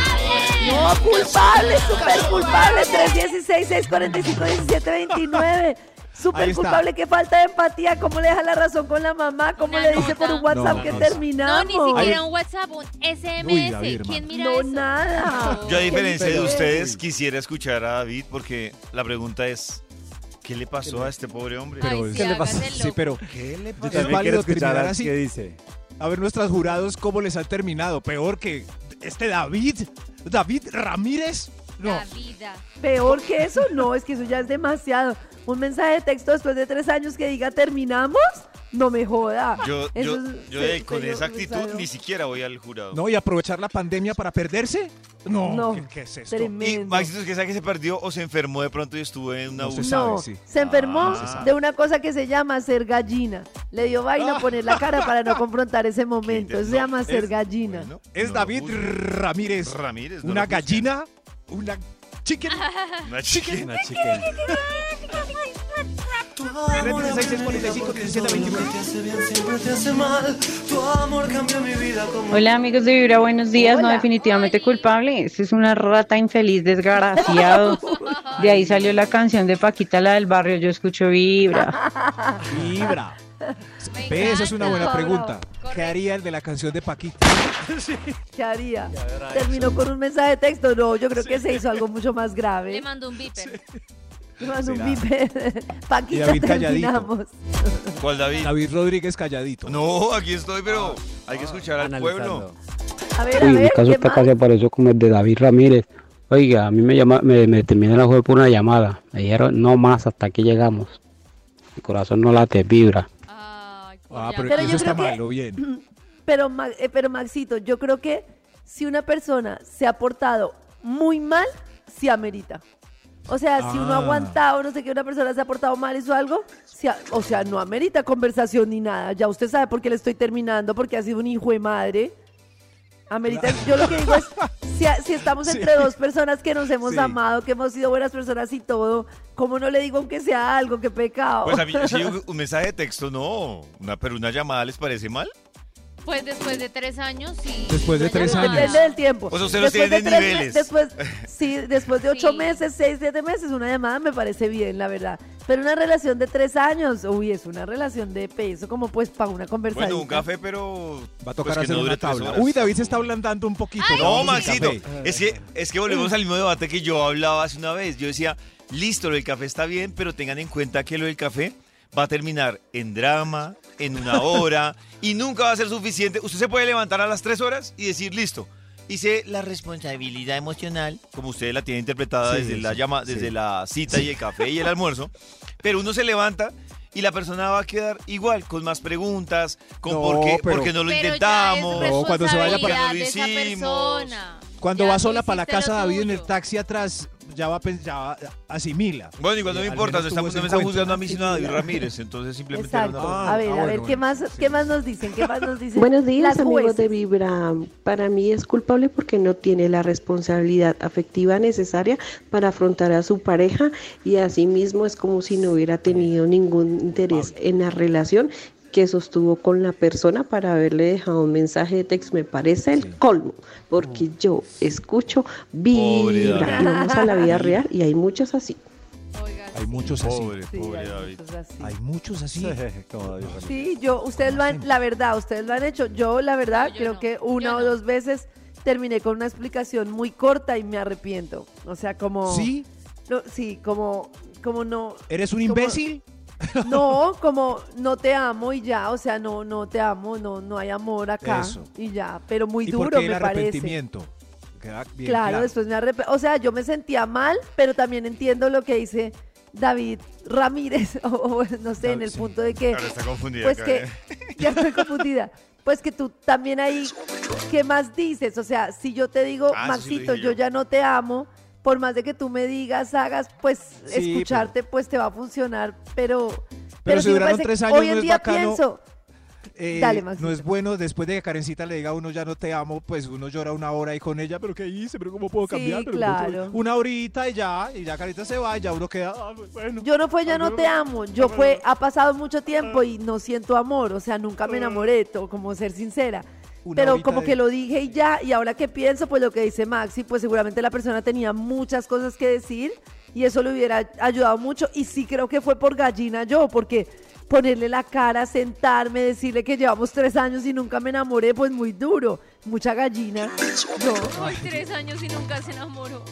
Speaker 6: Ah, pues,
Speaker 3: culpable, súper culpable. 316, 645, 1729.
Speaker 6: Ahí
Speaker 3: Súper
Speaker 6: está.
Speaker 3: culpable, qué falta de empatía. ¿Cómo le deja la razón con la mamá? ¿Cómo le dice por un WhatsApp
Speaker 6: No,
Speaker 3: que
Speaker 6: no, no.
Speaker 5: No,
Speaker 3: terminamos?
Speaker 5: ni siquiera un WhatsApp, un SMS.
Speaker 4: Uy, David, hermano.
Speaker 5: ¿Quién mira
Speaker 3: No,
Speaker 5: eso?
Speaker 3: nada.
Speaker 4: Yo a diferencia de
Speaker 3: Pero-
Speaker 4: ustedes quisiera escuchar a David porque la pregunta es, ¿qué le pasó a este pobre hombre?
Speaker 5: Pero Ay, es- sí, ¿qué le pasó? hágase
Speaker 17: Sí, pero
Speaker 4: ¿Qué le
Speaker 1: Yo
Speaker 4: pasó?
Speaker 1: también quiero
Speaker 17: válido
Speaker 1: escuchar
Speaker 17: terminar
Speaker 1: a-
Speaker 17: así.
Speaker 1: qué dice.
Speaker 17: A ver, nuestros jurados, ¿cómo les ha terminado? Peor que este David. David Ramírez. No.
Speaker 3: Peor que eso, no, es que eso ya es demasiado. Un mensaje de texto después de tres años que diga terminamos. No me joda.
Speaker 4: Yo, yo,
Speaker 3: Eso es-
Speaker 4: yo
Speaker 3: se-
Speaker 4: eh, con
Speaker 3: se-
Speaker 4: esa
Speaker 3: se-
Speaker 4: actitud
Speaker 3: se-
Speaker 4: ni siquiera voy al jurado.
Speaker 6: No, y aprovechar la pandemia para perderse. No,
Speaker 3: No,
Speaker 6: ¿qué, qué es esto?
Speaker 4: Y Maxito, es que sabe que se perdió o se enfermó de pronto y estuvo en una
Speaker 6: No se
Speaker 4: bus-
Speaker 6: sabe,
Speaker 3: No,
Speaker 6: sí.
Speaker 3: se enfermó
Speaker 4: Ah, se sabe.
Speaker 3: de una cosa que se llama ser gallina. Le dio vaina a poner la cara para no confrontar ese momento. Eso se llama ser
Speaker 6: Ah. es-
Speaker 3: gallina.
Speaker 6: Es David Ramírez.
Speaker 4: Ramírez.
Speaker 6: una gallina, una chicken.
Speaker 5: [laughs]
Speaker 4: Una chicken.
Speaker 6: Una chicken.
Speaker 18: 336-645, 1721.
Speaker 19: Hola amigos de Vibra, buenos días. No, definitivamente culpable. Este es una rata infeliz,
Speaker 3: [laughs]
Speaker 19: desgraciado. De ahí salió la canción de Paquita, la del barrio. Yo escucho Vibra.
Speaker 6: Vibra. Ve, esa es una buena pregunta. ¿Qué haría el de la canción de Paquita?
Speaker 4: Pues
Speaker 3: [laughs] ¿Qué haría? Terminó con un mensaje de texto. No, yo creo que se hizo algo mucho más
Speaker 5: Le
Speaker 3: grave.
Speaker 5: mando un viper.
Speaker 3: Le mandó un
Speaker 6: Será.
Speaker 3: viper.
Speaker 6: Y
Speaker 3: Paquita,
Speaker 6: David
Speaker 3: [laughs]
Speaker 6: calladito.
Speaker 3: terminamos.
Speaker 4: ¿Cuál David?
Speaker 6: David Rodríguez calladito.
Speaker 4: No, aquí estoy, pero hay que escuchar al pueblo.
Speaker 3: A ver, a
Speaker 20: Uy, mi
Speaker 3: ver,
Speaker 20: caso
Speaker 3: ¿qué
Speaker 20: está
Speaker 3: más?
Speaker 20: casi apareció como el de David Ramírez. Oiga, a mí me, llama, me, me terminé la juego por una llamada. Me dijeron, no más, hasta aquí llegamos. Mi corazón no late, vibra.
Speaker 6: Ah, pero,
Speaker 3: Pero yo
Speaker 6: eso está
Speaker 3: creo que-
Speaker 6: malo, bien.
Speaker 3: [clears throat] Pero, Ma- eh, pero Maxito, yo creo que si una persona se ha portado muy mal, se amerita. O sea, si uno ha
Speaker 10: Ah.
Speaker 3: aguantado, no sé qué, una persona se ha portado mal hizo algo, se a- o sea, no amerita conversación ni nada. Ya usted sabe por qué le estoy terminando, porque ha sido un hijo de madre. Amerita, yo lo que digo es, si, a- si estamos entre dos personas que nos hemos
Speaker 4: Sí.
Speaker 3: amado, que hemos sido buenas personas y todo, ¿cómo no le digo aunque sea algo? ¡Qué pecado!
Speaker 4: Pues a mí, sí,
Speaker 3: [laughs]
Speaker 4: un, un mensaje de texto no, una, pero una llamada les parece mal.
Speaker 5: Pues después de tres años, sí.
Speaker 4: Después de
Speaker 5: Una
Speaker 4: tres
Speaker 5: llamada.
Speaker 4: años.
Speaker 3: Depende del tiempo.
Speaker 4: O sea, usted los
Speaker 3: Después
Speaker 4: tiene
Speaker 3: de
Speaker 4: en
Speaker 3: tres
Speaker 4: niveles.
Speaker 3: me- después, sí, después de ocho meses, seis, siete meses, una llamada me parece bien, la verdad. Pero una relación de tres años, uy, es una relación de peso, como pues para una conversación.
Speaker 4: Bueno, un café, pero.
Speaker 6: Va a tocar
Speaker 4: pues, que
Speaker 6: hacer
Speaker 4: no
Speaker 6: una
Speaker 4: dure tres
Speaker 6: tabla.
Speaker 4: horas.
Speaker 6: Uy, David se está ablandando un poquito.
Speaker 4: No,
Speaker 6: Vamos sin
Speaker 4: Maxito,
Speaker 6: café.
Speaker 4: es que, es que volvemos al mismo debate que yo hablaba hace una vez. Yo decía, listo, lo del café está bien, pero tengan en cuenta que lo del café va a terminar en drama, en
Speaker 6: [laughs]
Speaker 4: una hora, y nunca va a ser suficiente. Usted se puede levantar a las tres horas y decir, listo. Hice la responsabilidad emocional, como usted la tiene interpretada
Speaker 18: Sí,
Speaker 4: desde, la,
Speaker 18: sí,
Speaker 4: llama,
Speaker 18: sí.
Speaker 4: desde la cita y el café y el almuerzo, pero uno se levanta y la persona va a quedar igual, con más preguntas, con
Speaker 6: No,
Speaker 4: por, qué,
Speaker 6: pero-
Speaker 4: por qué no lo
Speaker 6: Pero ya es
Speaker 4: intentamos.
Speaker 6: No, cuando se vaya para-
Speaker 5: Responsabilidad de esa persona.
Speaker 6: Cuando
Speaker 5: Ya
Speaker 6: va
Speaker 5: tú
Speaker 6: sola para la
Speaker 5: hiciste
Speaker 6: casa,
Speaker 5: lo
Speaker 6: David en
Speaker 5: tuyo.
Speaker 6: el taxi atrás, ya va, a pens- ya va- asimila.
Speaker 4: Bueno, igual no me
Speaker 6: Al
Speaker 4: importa, no,
Speaker 6: menos
Speaker 4: está-
Speaker 6: tuvo ese
Speaker 4: no me están
Speaker 6: encuentro.
Speaker 4: juzgando a mí sino a David Ramírez, entonces simplemente era una
Speaker 3: Exacto.
Speaker 4: broma.
Speaker 3: a ver, a ver, ¿qué más, qué más nos dicen? ¿Qué más
Speaker 21: [laughs]
Speaker 3: nos dicen?
Speaker 21: Buenos días,
Speaker 3: Las
Speaker 21: amigos
Speaker 3: jueces.
Speaker 21: de Vibra. Para mí es culpable porque no tiene la responsabilidad afectiva necesaria para afrontar a su pareja y asimismo es como si no hubiera tenido ningún interés en la relación que sostuvo con la persona para haberle dejado un mensaje de texto. Me parece el colmo, porque yo escucho Vibra.
Speaker 4: David.
Speaker 21: Vamos a la vida real y hay muchas así.
Speaker 6: [laughs] Hay muchos así.
Speaker 4: Pobre, pobre David.
Speaker 6: Hay muchos así.
Speaker 3: Sí, yo, ustedes lo han, la verdad, ustedes lo han hecho. Yo, la verdad, creo que una o dos veces terminé con una explicación muy corta y me arrepiento. O sea, como.
Speaker 6: ¿Sí?
Speaker 3: No, sí, como, como no.
Speaker 6: ¿Eres un
Speaker 3: como-
Speaker 6: imbécil?
Speaker 3: [laughs] No, como no te amo y ya, o sea, no, no te amo, no, no hay amor acá
Speaker 6: Eso.
Speaker 3: y ya, pero muy
Speaker 6: ¿Y
Speaker 3: duro
Speaker 6: por qué el
Speaker 3: me parece.
Speaker 6: arrepentimiento? Queda bien
Speaker 3: claro, después me arrep- O sea, yo me sentía mal, pero también entiendo lo que dice David Ramírez, [laughs] o, o no sé, en el punto de que.
Speaker 4: Ahora está confundida
Speaker 3: Pues
Speaker 4: acá,
Speaker 3: que.
Speaker 4: ¿eh?
Speaker 3: Ya estoy confundida. Pues que tú también ahí. ¿Qué más dices? O sea, si yo te digo,
Speaker 4: Ah, eso sí lo
Speaker 3: Maxito,
Speaker 4: dije
Speaker 3: yo.
Speaker 4: yo.
Speaker 3: ya no te amo, por más de que tú me digas, hagas, pues
Speaker 6: Sí,
Speaker 3: escucharte, pues te va a funcionar, pero.
Speaker 6: Pero si
Speaker 3: me
Speaker 6: duraron
Speaker 3: parece-
Speaker 6: tres años,
Speaker 3: Hoy en
Speaker 6: no es
Speaker 3: día
Speaker 6: bacano.
Speaker 3: pienso.
Speaker 6: Eh,
Speaker 3: Dale,
Speaker 6: no es bueno después de que Karencita le diga a uno ya no te amo, pues uno llora una hora ahí con ella, pero ¿qué hice? ¿Pero cómo puedo
Speaker 3: Sí,
Speaker 6: cambiar? ¿Pero cómo puedo-".
Speaker 3: claro.
Speaker 6: Una horita y ya, y ya Karencita se va y ya uno queda... "Ah, bueno".
Speaker 3: Yo no fue ya no te amo, yo fue ha pasado mucho tiempo y no siento amor, o sea, nunca me enamoré, to- como ser sincera.
Speaker 6: Una
Speaker 3: Pero
Speaker 6: horita
Speaker 3: como
Speaker 6: de-
Speaker 3: que lo dije y ya, y ahora que pienso, pues lo que dice Maxi, pues seguramente la persona tenía muchas cosas que decir y eso le hubiera ayudado mucho y sí creo que fue por gallina yo, porque ponerle la cara, sentarme, decirle que llevamos tres años y nunca me enamoré, pues muy duro, mucha gallina. Yo,
Speaker 5: Hoy tres años y nunca
Speaker 4: [laughs]
Speaker 5: se enamoró.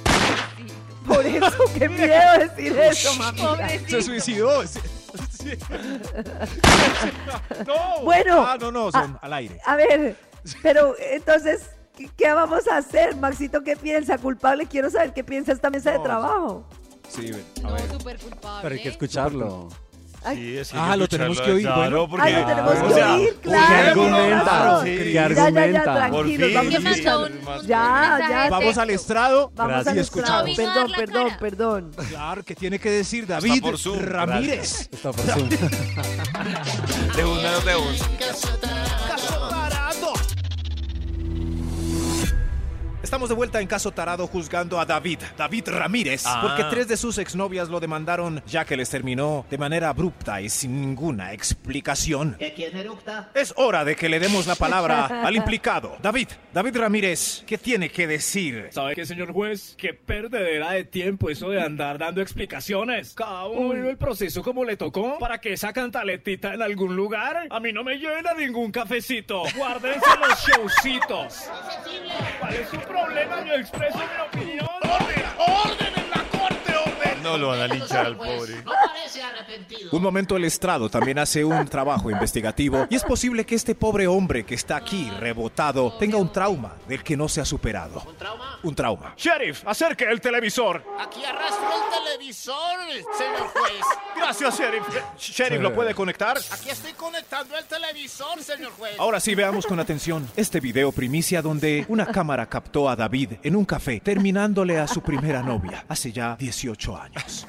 Speaker 3: por eso, qué miedo decir eso, mami.
Speaker 6: Se suicidó. sí. [laughs] no.
Speaker 3: Bueno.
Speaker 6: Ah, no, no, son al aire.
Speaker 3: A ver, pero entonces, ¿qué, qué vamos a hacer? Maxito, ¿qué piensa? ¿Culpable? Quiero saber qué piensa esta mesa de trabajo.
Speaker 6: Sí,
Speaker 8: Pero hay que escucharlo.
Speaker 4: Sí, es que
Speaker 6: Ah,
Speaker 4: hay
Speaker 6: lo tenemos
Speaker 4: escucharlo,
Speaker 6: que oír,
Speaker 4: Claro,
Speaker 6: bueno.
Speaker 4: porque...
Speaker 6: Ah, lo tenemos que oír,
Speaker 4: uy,
Speaker 6: claro. Claro,
Speaker 4: sí.
Speaker 6: que Ya, ya, ya, argumenta. tranquilos,
Speaker 4: Por fin,
Speaker 6: vamos a
Speaker 4: sí.
Speaker 6: escuchar.
Speaker 3: Ya,
Speaker 5: mensaje
Speaker 3: ya.
Speaker 5: de
Speaker 6: Vamos al estrado
Speaker 3: Vamos al
Speaker 6: y
Speaker 3: estrado.
Speaker 6: escuchamos.
Speaker 3: Perdón, perdón, perdón.
Speaker 6: Claro, que tiene que decir David
Speaker 4: por Zoom,
Speaker 6: Ramírez.
Speaker 8: Está por
Speaker 6: [laughs]
Speaker 8: Zoom.
Speaker 4: De una de un.
Speaker 6: Caso Tarado. Estamos de vuelta en Caso Tarado juzgando a David, David Ramírez,
Speaker 18: Ah.
Speaker 6: porque tres de sus exnovias lo demandaron ya que les terminó de manera abrupta y sin ninguna explicación.
Speaker 10: quién eructa?
Speaker 6: Es hora de que le demos la palabra al implicado. David, David Ramírez, ¿qué tiene que decir?
Speaker 22: ¿Sabe qué, señor juez? Qué perdedera de tiempo eso de andar dando explicaciones. Cada uno vive el proceso como le tocó para que esa cantaletita en algún lugar a mí no me lleven a ningún cafecito. Guárdense los showcitos. ¿Cuál es su problema? Yo expreso mi opinión. ¡Orden! ¡Orden en la corte, orden!
Speaker 4: No lo van a linchar al pobre.
Speaker 10: pues, No parece arrepentido.
Speaker 6: Un momento el estrado también hace un trabajo investigativo y es posible que este pobre hombre que está aquí rebotado tenga un trauma del que no se ha superado. ¿Un trauma? Un trauma.
Speaker 18: Sheriff, acerque el televisor.
Speaker 10: Aquí arrastró el televisor, señor juez.
Speaker 18: Gracias, Sheriff. Eh, Sheriff, ¿lo puede conectar?
Speaker 10: Aquí estoy conectando el televisor, señor juez.
Speaker 6: Ahora sí, veamos con atención este video primicia donde una cámara captó a David en un café terminándole a su primera novia hace ya 18 años.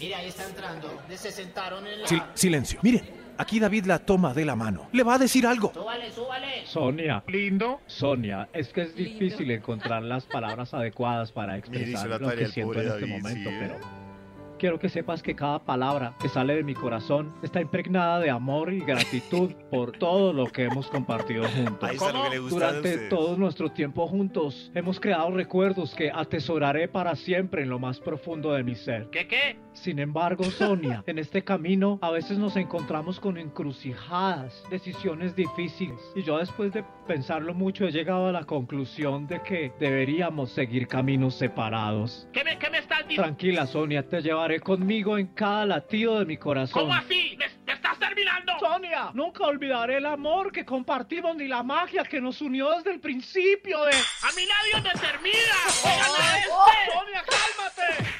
Speaker 10: Mira, ahí está entrando. Se sentaron en la...
Speaker 6: Sil- silencio. Miren, aquí David la toma de la mano. Le va a decir algo.
Speaker 10: Súbale, súbale.
Speaker 22: Sonia. Lindo. Sonia, es que es difícil encontrar las palabras adecuadas
Speaker 4: [laughs]
Speaker 22: para expresar
Speaker 4: la
Speaker 22: lo
Speaker 4: tarea
Speaker 22: que
Speaker 4: el
Speaker 22: siento
Speaker 4: pobre
Speaker 22: en este
Speaker 4: David,
Speaker 22: momento,
Speaker 4: sí, ¿eh?
Speaker 22: pero quiero que sepas que cada palabra que sale de mi corazón está impregnada de amor y gratitud por todo lo que hemos compartido juntos.
Speaker 4: [laughs] Ahí está lo que le gusta de
Speaker 22: Durante
Speaker 4: ustedes.
Speaker 22: todo nuestro tiempo juntos hemos creado recuerdos que atesoraré para siempre en lo más profundo de mi ser.
Speaker 10: ¿Qué, qué?
Speaker 22: Sin embargo, Sonia, en este camino a veces nos encontramos con encrucijadas, decisiones difíciles. Y yo después de pensarlo mucho he llegado a la conclusión de que deberíamos seguir caminos separados.
Speaker 10: ¿Qué me, qué me estás diciendo?
Speaker 22: Tranquila, Sonia, te llevaré conmigo en cada latido de mi corazón.
Speaker 10: ¿Cómo así? ¿Me, me estás terminando?
Speaker 22: Sonia, nunca olvidaré el amor que compartimos ni la magia que nos unió desde el principio de...
Speaker 10: ¡A mí nadie
Speaker 22: [laughs]
Speaker 10: me termina!
Speaker 22: ¡Ay,
Speaker 10: ¡Oigan
Speaker 22: oh,
Speaker 10: a este!
Speaker 22: Sonia, cálmate!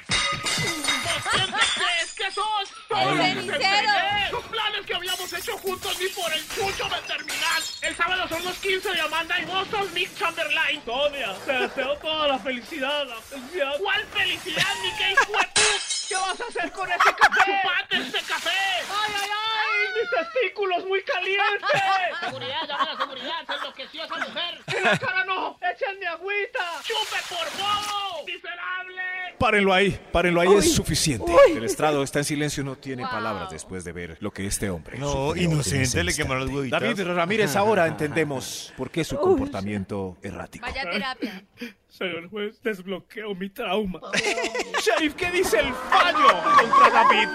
Speaker 10: ¿Vos quién te crees que sos?
Speaker 4: El
Speaker 10: Solo te
Speaker 4: cenicero.
Speaker 10: entregué Los planes que habíamos hecho juntos ni por el chucho me terminás. El sábado son los 15 de Amanda y vos sos Nick Chamberlain.
Speaker 22: Sonia, te deseo toda la felicidad, la felicidad.
Speaker 10: ¿Cuál felicidad, ni qué hijo de pu-
Speaker 22: ¿Qué vas a hacer con ese café?
Speaker 10: ¡Chupate este café!
Speaker 22: ¡Ay, ay, ay! ¡Mis testículos muy
Speaker 10: [laughs]
Speaker 22: calientes!
Speaker 10: Seguridad, llama a la seguridad, se enloqueció esa mujer.
Speaker 22: ¡En la cara no! ¡Échenme agüita!
Speaker 10: ¡Chupe por bobo! ¡Miserable!
Speaker 6: Párenlo ahí, párenlo ahí,
Speaker 10: Uy,
Speaker 6: es suficiente.
Speaker 10: uy.
Speaker 6: El estrado está en silencio, no tiene palabras después de ver lo que este hombre.
Speaker 4: No,
Speaker 6: sufrió en
Speaker 4: inocente,
Speaker 6: ese
Speaker 4: le quemaron los
Speaker 6: instante.
Speaker 4: huevitos.
Speaker 6: David Ramírez, ahora entendemos por qué su comportamiento errático.
Speaker 5: Vaya terapia.
Speaker 22: Señor
Speaker 10: Pues
Speaker 22: juez, desbloqueo mi trauma.
Speaker 10: Sheriff, ¿qué dice el fallo contra David?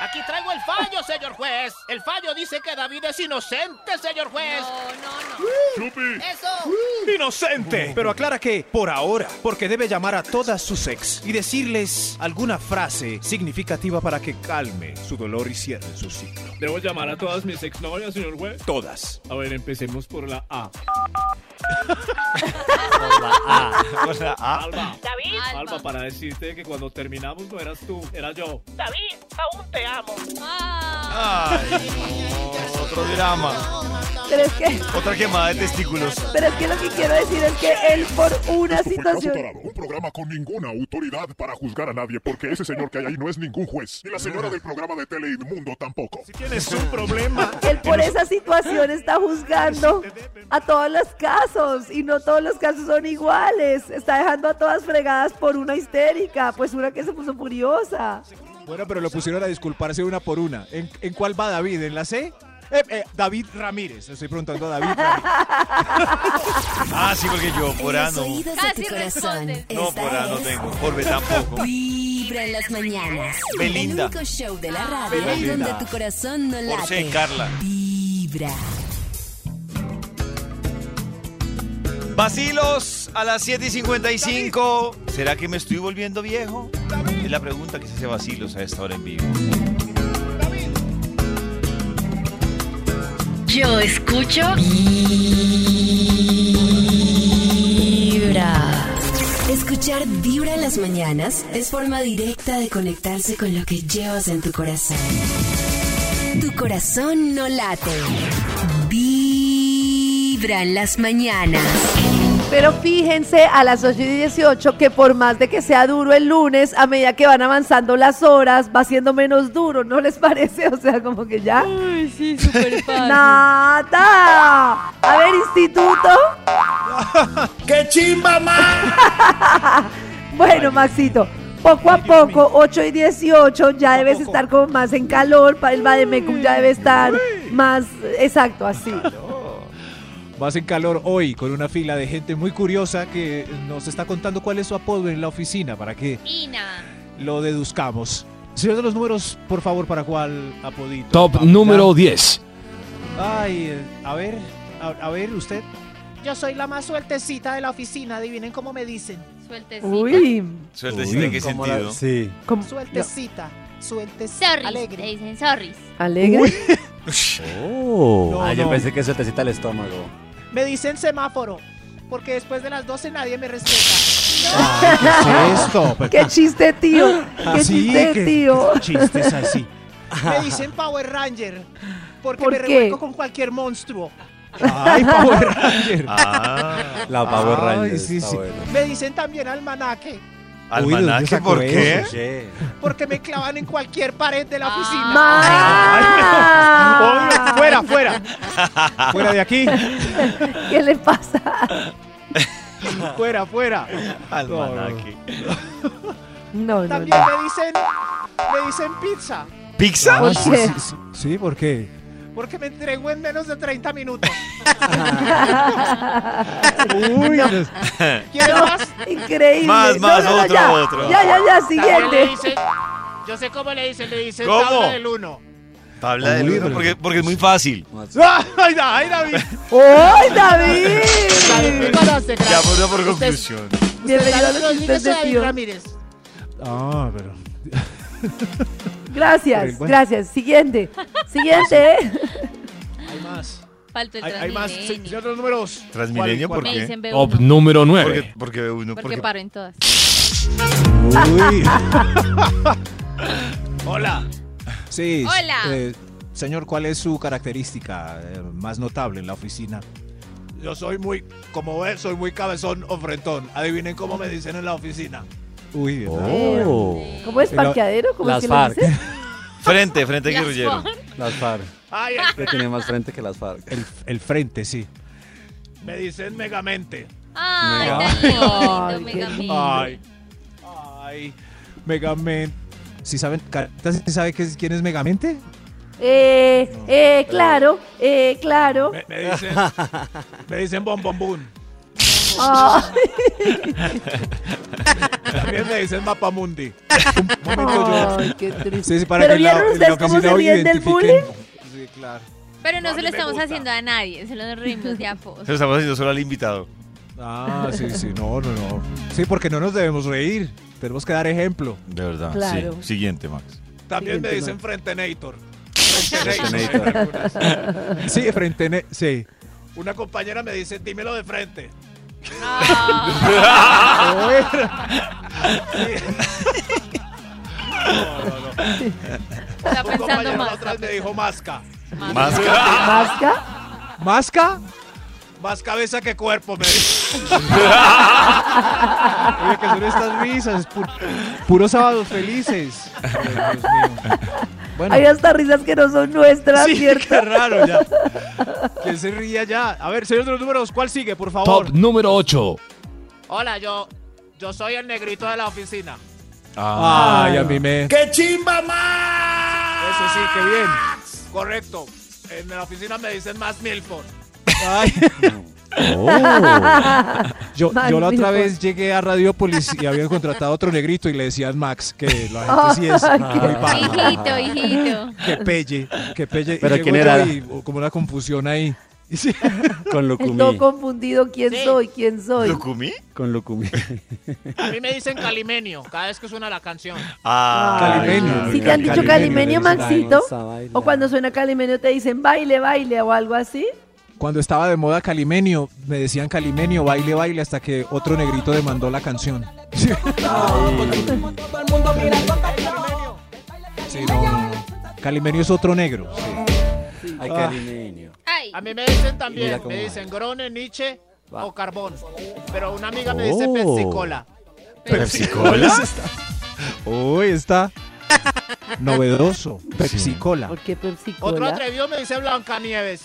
Speaker 10: Aquí traigo el fallo, señor juez. El fallo dice que David es inocente, señor juez. No, no, no. ¡Eso!
Speaker 6: Inocente. Pero aclara que por ahora, porque debe llamar a todas sus ex y decirles alguna frase significativa para que calme su dolor y cierre su ciclo.
Speaker 22: ¿Debo llamar a todas mis exnovias, señor juez?
Speaker 6: Todas.
Speaker 22: A ver, empecemos por la A.
Speaker 4: Con la A.
Speaker 22: Alba.
Speaker 10: David.
Speaker 22: Alba. para decirte que cuando terminamos no eras tú, era yo.
Speaker 10: David, aún te amo.
Speaker 5: Ah.
Speaker 4: Ay, no, otro drama.
Speaker 3: Pero es que,
Speaker 4: Otra quemada de testículos.
Speaker 3: pero es que lo que quiero decir es que él por una
Speaker 23: Esto fue Caso
Speaker 3: situación.
Speaker 23: Tarado, un programa con ninguna autoridad para juzgar a nadie, porque ese señor que hay ahí no es ningún juez, y la señora del programa de Tele Inmundo
Speaker 3: [laughs]
Speaker 23: tampoco. Si
Speaker 18: tienes un problema,
Speaker 3: Él por esa situación está juzgando a todos los casos y no todos los casos son iguales. Está dejando a todas fregadas por una histérica, pues una que se puso furiosa.
Speaker 6: Bueno, pero lo pusieron a disculparse una por una. ¿En, en cuál va David? ¿En la C? Eh, eh, David Ramírez. Le estoy preguntando a David.
Speaker 4: Ah, sí, porque yo por A
Speaker 2: Los
Speaker 4: no.
Speaker 2: oídos
Speaker 13: Ah,
Speaker 2: de tu corazón.
Speaker 4: No,
Speaker 2: Esta
Speaker 4: por A no
Speaker 2: es
Speaker 4: tengo. Por B tampoco.
Speaker 2: Vibra en las mañanas.
Speaker 4: Belinda.
Speaker 2: El único show de la radio
Speaker 4: Belinda.
Speaker 2: donde tu corazón no
Speaker 4: Por C,
Speaker 2: late.
Speaker 4: Carla.
Speaker 2: Vibra.
Speaker 4: Vacilos a las 7 y 55. ¿Será que me estoy volviendo viejo? Es la pregunta que se hace Vacilos a esta hora en vivo.
Speaker 7: Yo escucho. Vibra.
Speaker 2: Escuchar Vibra en las mañanas es forma directa de conectarse con lo que llevas en tu corazón. Tu corazón no late. Vibra en las mañanas.
Speaker 3: Pero fíjense a las 8 y 18 que por más de que sea duro el lunes, a medida que van avanzando las horas, va siendo menos duro, ¿no les parece? [laughs] O sea, como que ya. Ay, sí, súper
Speaker 5: fácil.
Speaker 3: ¡Nata! A ver, instituto.
Speaker 10: ¡Qué chimba,
Speaker 3: [laughs] bueno, Maxito, poco a poco, 8 y 18, ya debes estar como más en calor, pa- el Bademecum ya debe estar más, exacto, así.
Speaker 6: Vas en calor hoy con una fila de gente muy curiosa que nos está contando cuál es su apodo en la oficina para que lo deduzcamos. Señor de los números, por favor, para cuál apodito.
Speaker 1: Top
Speaker 6: Vamos,
Speaker 1: número
Speaker 6: ya.
Speaker 1: 10.
Speaker 6: Ay, eh, a ver, a, a ver,
Speaker 8: [laughs]
Speaker 6: usted.
Speaker 10: Yo soy la más sueltecita de la oficina, adivinen cómo me dicen. Uh, Sueltecita.
Speaker 4: Suertecita, ¿en qué
Speaker 8: ¿cómo la-
Speaker 4: sentido?
Speaker 8: sí.
Speaker 10: Sueltecita. Sueltecita.
Speaker 5: Sorry. Le dicen sorry.
Speaker 3: ¿Alegre?
Speaker 8: Oh.
Speaker 10: No,
Speaker 8: Ah, yo
Speaker 10: no.
Speaker 8: pensé que sueltecita al estómago.
Speaker 10: Me dicen semáforo, porque después de las 12 nadie me respeta.
Speaker 6: ¿Qué es esto? pues.
Speaker 3: ¡Qué chiste, tío! ¡Qué
Speaker 6: Así,
Speaker 3: chiste,
Speaker 6: que-
Speaker 3: tío!
Speaker 6: Chistes así.
Speaker 10: Me dicen Power Ranger, porque
Speaker 3: ¿Por
Speaker 10: me
Speaker 3: qué?
Speaker 10: revuelco con cualquier monstruo.
Speaker 6: Ay, Power Ranger.
Speaker 4: Ah,
Speaker 8: la Power
Speaker 6: Ay,
Speaker 8: Ranger.
Speaker 6: sí,
Speaker 8: está
Speaker 6: sí.
Speaker 8: bueno.
Speaker 10: Me dicen también almanaque,
Speaker 8: Uy, ¿de dónde
Speaker 4: ¿Almanaque?
Speaker 8: sacó
Speaker 4: ¿Por qué?
Speaker 8: eso? Che.
Speaker 10: porque me clavan en cualquier pared de la oficina.
Speaker 3: ¡Ah!
Speaker 10: Obvio, fuera, fuera.
Speaker 6: Fuera de aquí.
Speaker 3: ¿Qué le pasa?
Speaker 10: Fuera, fuera.
Speaker 4: [laughs] Almanaque.
Speaker 3: No, no,
Speaker 10: También
Speaker 3: no.
Speaker 10: me dicen, me dicen pizza,
Speaker 4: ¿Pizza?
Speaker 8: [laughs]
Speaker 6: Ah,
Speaker 3: ¿Por qué?
Speaker 6: Sí, sí, sí, ¿por qué?
Speaker 10: porque me entrego en menos de 30 minutos.
Speaker 6: Uy, los-
Speaker 4: [laughs]
Speaker 10: ¿Quieres más?
Speaker 3: Increíble.
Speaker 4: Más,
Speaker 3: No,
Speaker 4: más,
Speaker 3: no, no,
Speaker 4: otro,
Speaker 3: ya.
Speaker 4: otro.
Speaker 3: Ya, ya, ya,
Speaker 10: También le
Speaker 3: siguiente.
Speaker 10: dicen- yo sé cómo le dicen, le dicen
Speaker 4: ¿Cómo?
Speaker 10: tabla del uno.
Speaker 4: Tabla del
Speaker 8: Uy,
Speaker 4: uno,
Speaker 8: pero-
Speaker 4: porque, porque es muy fácil.
Speaker 10: [laughs] ¡Ay, ay, David! [laughs]
Speaker 3: ¡Ay, David!
Speaker 10: David, preparaste,
Speaker 4: Ya
Speaker 10: gracias.
Speaker 4: por, ya por
Speaker 10: Usted-
Speaker 4: conclusión.
Speaker 3: Bienvenido a
Speaker 10: David
Speaker 3: los
Speaker 10: Rodríguez
Speaker 3: chistes
Speaker 10: o
Speaker 3: de
Speaker 10: David
Speaker 3: tío.
Speaker 10: Ramírez.
Speaker 6: Ah, pero.
Speaker 3: Gracias,
Speaker 6: Bueno.
Speaker 3: gracias. Siguiente. Siguiente. [laughs]
Speaker 6: Hay más.
Speaker 5: Falta el
Speaker 6: Hay, hay más.
Speaker 5: Transmilenio.
Speaker 6: se- Señor de los números.
Speaker 4: Transmilenio,
Speaker 6: ¿Cuál-
Speaker 4: ¿por
Speaker 5: Me
Speaker 4: qué?
Speaker 5: dicen B1.
Speaker 1: Top número
Speaker 4: Porque,
Speaker 1: 9.
Speaker 4: porque B1,
Speaker 5: Porque
Speaker 4: porque...
Speaker 5: paro en todas.
Speaker 6: Uy.
Speaker 10: [laughs] Hola.
Speaker 6: Sí.
Speaker 5: Hola.
Speaker 6: eh, señor, ¿cuál es su característica eh, más notable en la oficina? Yo soy muy, como ven, soy muy cabezón o frentón. Adivinen cómo me dicen en la oficina. Uy, ah,
Speaker 8: Oh.
Speaker 3: ¿Cómo es
Speaker 6: Pero-
Speaker 3: parqueadero? ¿Cómo es
Speaker 8: Las
Speaker 3: que
Speaker 8: FARC.
Speaker 3: le dices?
Speaker 4: Frente, frente guerrillero.
Speaker 8: Las FARC.
Speaker 10: Ay,
Speaker 8: Que tiene más frente que las FARC.
Speaker 6: El, el frente, sí.
Speaker 3: [laughs]
Speaker 10: me dicen megamente.
Speaker 5: Ay,
Speaker 6: Mega.
Speaker 5: tan lindo,
Speaker 3: Ay, qué
Speaker 5: mega
Speaker 3: lindo.
Speaker 5: mil.
Speaker 6: Ay. Ay. Megamente. Si saben, Caritas, ¿sí sabe qué es- quién es Megamente?
Speaker 3: Eh, eh, claro, eh, claro.
Speaker 10: Me,
Speaker 3: [laughs]
Speaker 6: [laughs]
Speaker 10: me dicen, me dicen bom bom bum.
Speaker 3: Ah,
Speaker 6: También me
Speaker 3: [laughs]
Speaker 6: dicen Mapamundi. Un momento yo.
Speaker 3: Ay, qué triste.
Speaker 6: Sí, sí, para
Speaker 3: ¿Pero
Speaker 6: que la-
Speaker 3: vieron
Speaker 6: la
Speaker 3: ustedes cómo
Speaker 6: oficina
Speaker 3: se
Speaker 6: hoy
Speaker 3: ríen del bullying?
Speaker 6: identifiquen. Sí, claro.
Speaker 5: Pero no,
Speaker 6: No,
Speaker 5: se
Speaker 6: no
Speaker 5: lo
Speaker 6: me
Speaker 5: estamos
Speaker 6: gusta.
Speaker 5: haciendo a nadie, se lo
Speaker 4: [laughs]
Speaker 5: reímos de a pocos.
Speaker 4: Se lo estamos haciendo solo al invitado.
Speaker 6: Ah, sí, sí, no, no, no. Sí, porque no nos debemos reír. Tenemos que dar ejemplo.
Speaker 4: De verdad,
Speaker 3: Claro.
Speaker 4: sí. Siguiente, Max.
Speaker 10: También me
Speaker 3: Siguiente,
Speaker 10: dicen
Speaker 3: Max. [laughs]
Speaker 10: frente Nator. [laughs]
Speaker 6: Sí, frente ne- sí.
Speaker 10: Una compañera me dice, dímelo de [laughs] frente.
Speaker 5: Está
Speaker 10: Un
Speaker 5: pensando
Speaker 10: compañero la
Speaker 5: más.
Speaker 10: otra vez me dijo masca.
Speaker 4: Más
Speaker 3: ¿Masca?
Speaker 6: ¿Masca?
Speaker 10: Más cabeza que cuerpo, me dice.
Speaker 6: Oye, que son estas risas. Pu- puros sábados felices. Ay, Dios mío. Bueno,
Speaker 3: Hay hasta risas que no son nuestras,
Speaker 6: sí,
Speaker 3: ¿cierto?
Speaker 6: qué
Speaker 3: [laughs]
Speaker 6: raro ya. Que se ría ya. A ver, señor de los números, ¿cuál sigue, por favor?
Speaker 1: Top número 8.
Speaker 10: Hola, yo, yo soy el negrito de la oficina.
Speaker 4: Ah,
Speaker 6: Ay, a mí me.
Speaker 10: ¡Qué chimba más!
Speaker 6: Eso sí, qué bien.
Speaker 10: Correcto. En la oficina me dicen más milford.
Speaker 6: Ay. Yo, yo la otra
Speaker 3: Magnífico.
Speaker 6: vez llegué a Radiopolis y habían contratado a otro negrito y le decían Max, que la gente sí es
Speaker 3: Ay,
Speaker 6: muy paga.
Speaker 5: Hijito, hijito.
Speaker 6: Que pelle, que pelle. Y
Speaker 8: Pero
Speaker 6: llego
Speaker 8: ¿quién
Speaker 6: yo
Speaker 8: era?
Speaker 6: y, oh, como una confusión ahí. [laughs] Y sí,
Speaker 8: Con
Speaker 3: El
Speaker 8: Lucumí.
Speaker 3: todo confundido, ¿quién
Speaker 10: Sí.
Speaker 3: soy? ¿Quién soy?
Speaker 4: ¿Lo comí?
Speaker 8: Con Lucumí.
Speaker 10: A mí me dicen calimenio cada vez que suena la canción.
Speaker 4: Ah,
Speaker 6: Calimenio.
Speaker 4: claro.
Speaker 3: Si te han dicho calimenio,
Speaker 6: Calimenio,
Speaker 8: Calimenio,
Speaker 3: Maxito,
Speaker 8: baila, baila.
Speaker 3: o cuando suena calimenio te dicen baile, baile o algo así.
Speaker 6: Cuando estaba de moda Calimenio, me decían Calimenio, baile, baile, hasta que otro negrito demandó la canción. [laughs] Sí, no. Calimenio es otro negro. sí.
Speaker 10: Ay,
Speaker 6: Ah.
Speaker 10: Calimenio. A mí me dicen también,
Speaker 6: Mira cómo
Speaker 10: me
Speaker 6: va.
Speaker 10: dicen Grone, Nietzsche o Carbón. Pero una amiga me
Speaker 6: Oh.
Speaker 10: dice Pepsi-Cola.
Speaker 6: ¿Pepsicola? Uy, está [laughs] novedoso. Pepsicola.
Speaker 3: Porque Pepsi
Speaker 10: Otro atrevido me dice Blancanieves.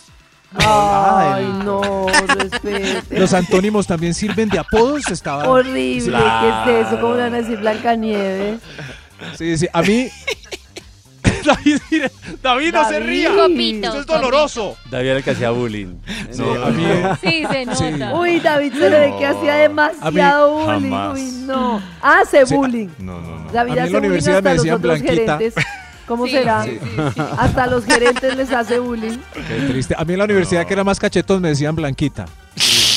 Speaker 3: Ay, no, respete.
Speaker 6: Los antónimos también sirven de apodos. Estaba
Speaker 3: Horrible, ¿qué es eso? ¿Cómo le van a decir Blancanieves?
Speaker 6: Sí, sí. A mí. [laughs] David, mire, David, no se
Speaker 3: David.
Speaker 6: ría.
Speaker 3: Copito,
Speaker 6: Eso es doloroso.
Speaker 8: David era el que hacía bullying.
Speaker 6: Sí, a mí, eh,
Speaker 3: Sí, se
Speaker 6: nota. Sí.
Speaker 3: Uy, David se le ve que hacía demasiado
Speaker 6: A mí,
Speaker 3: bullying.
Speaker 6: jamás.
Speaker 3: Uy, no. Ah, Hace
Speaker 6: Sí, a-
Speaker 3: bullying.
Speaker 6: No, no, no.
Speaker 3: David
Speaker 6: a
Speaker 3: hace
Speaker 6: mí en la
Speaker 3: bullying
Speaker 6: universidad me
Speaker 3: hasta los
Speaker 6: decían
Speaker 3: otros
Speaker 6: Blanquita.
Speaker 3: gerentes. ¿Cómo será? Ah,
Speaker 6: sí,
Speaker 3: [laughs] Hasta los gerentes les hace bullying.
Speaker 6: Qué triste. A mí en la universidad que era más cachetón me decían Blanquita.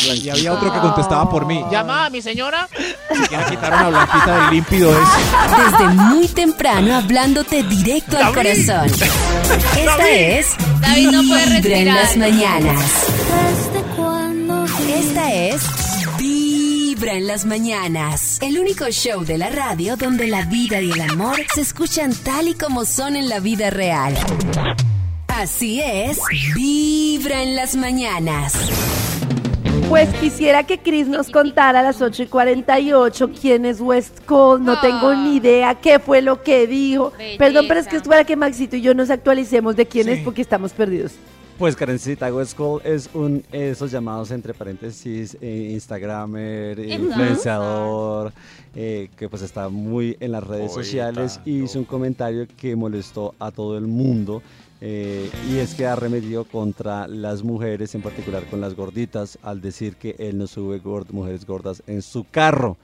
Speaker 6: Y había otro que contestaba por mí. Ya
Speaker 10: Llamada a [laughs] mi señora.
Speaker 6: me quitaron a Blanquita del límpido ese.
Speaker 2: Desde muy temprano hablándote directo al corazón. Esta es
Speaker 5: David no puede
Speaker 2: Vibra en
Speaker 5: respirar.
Speaker 2: las mañanas. Esta es Vibra en las mañanas. El único show de la radio donde la vida y el amor se escuchan tal y como son en la vida real. Así es, Vibra en las mañanas.
Speaker 3: Pues quisiera que Chris nos contara a las 8 y 48 quién es West Coast. No tengo ni idea qué fue lo que dijo. Perdón, pero es que es para que Maxito y yo nos actualicemos de quién es porque estamos perdidos.
Speaker 1: Pues Karencita, West Call es un esos llamados entre paréntesis eh, Instagramer, eh,
Speaker 24: Influencer.
Speaker 1: influenciador, eh, que pues está muy en las redes
Speaker 24: Poeta,
Speaker 1: sociales y hizo un comentario que molestó a todo el mundo. eh, y es que ha remediado contra las mujeres, en particular con las gorditas, al decir que él no sube gord- mujeres gordas en su carro.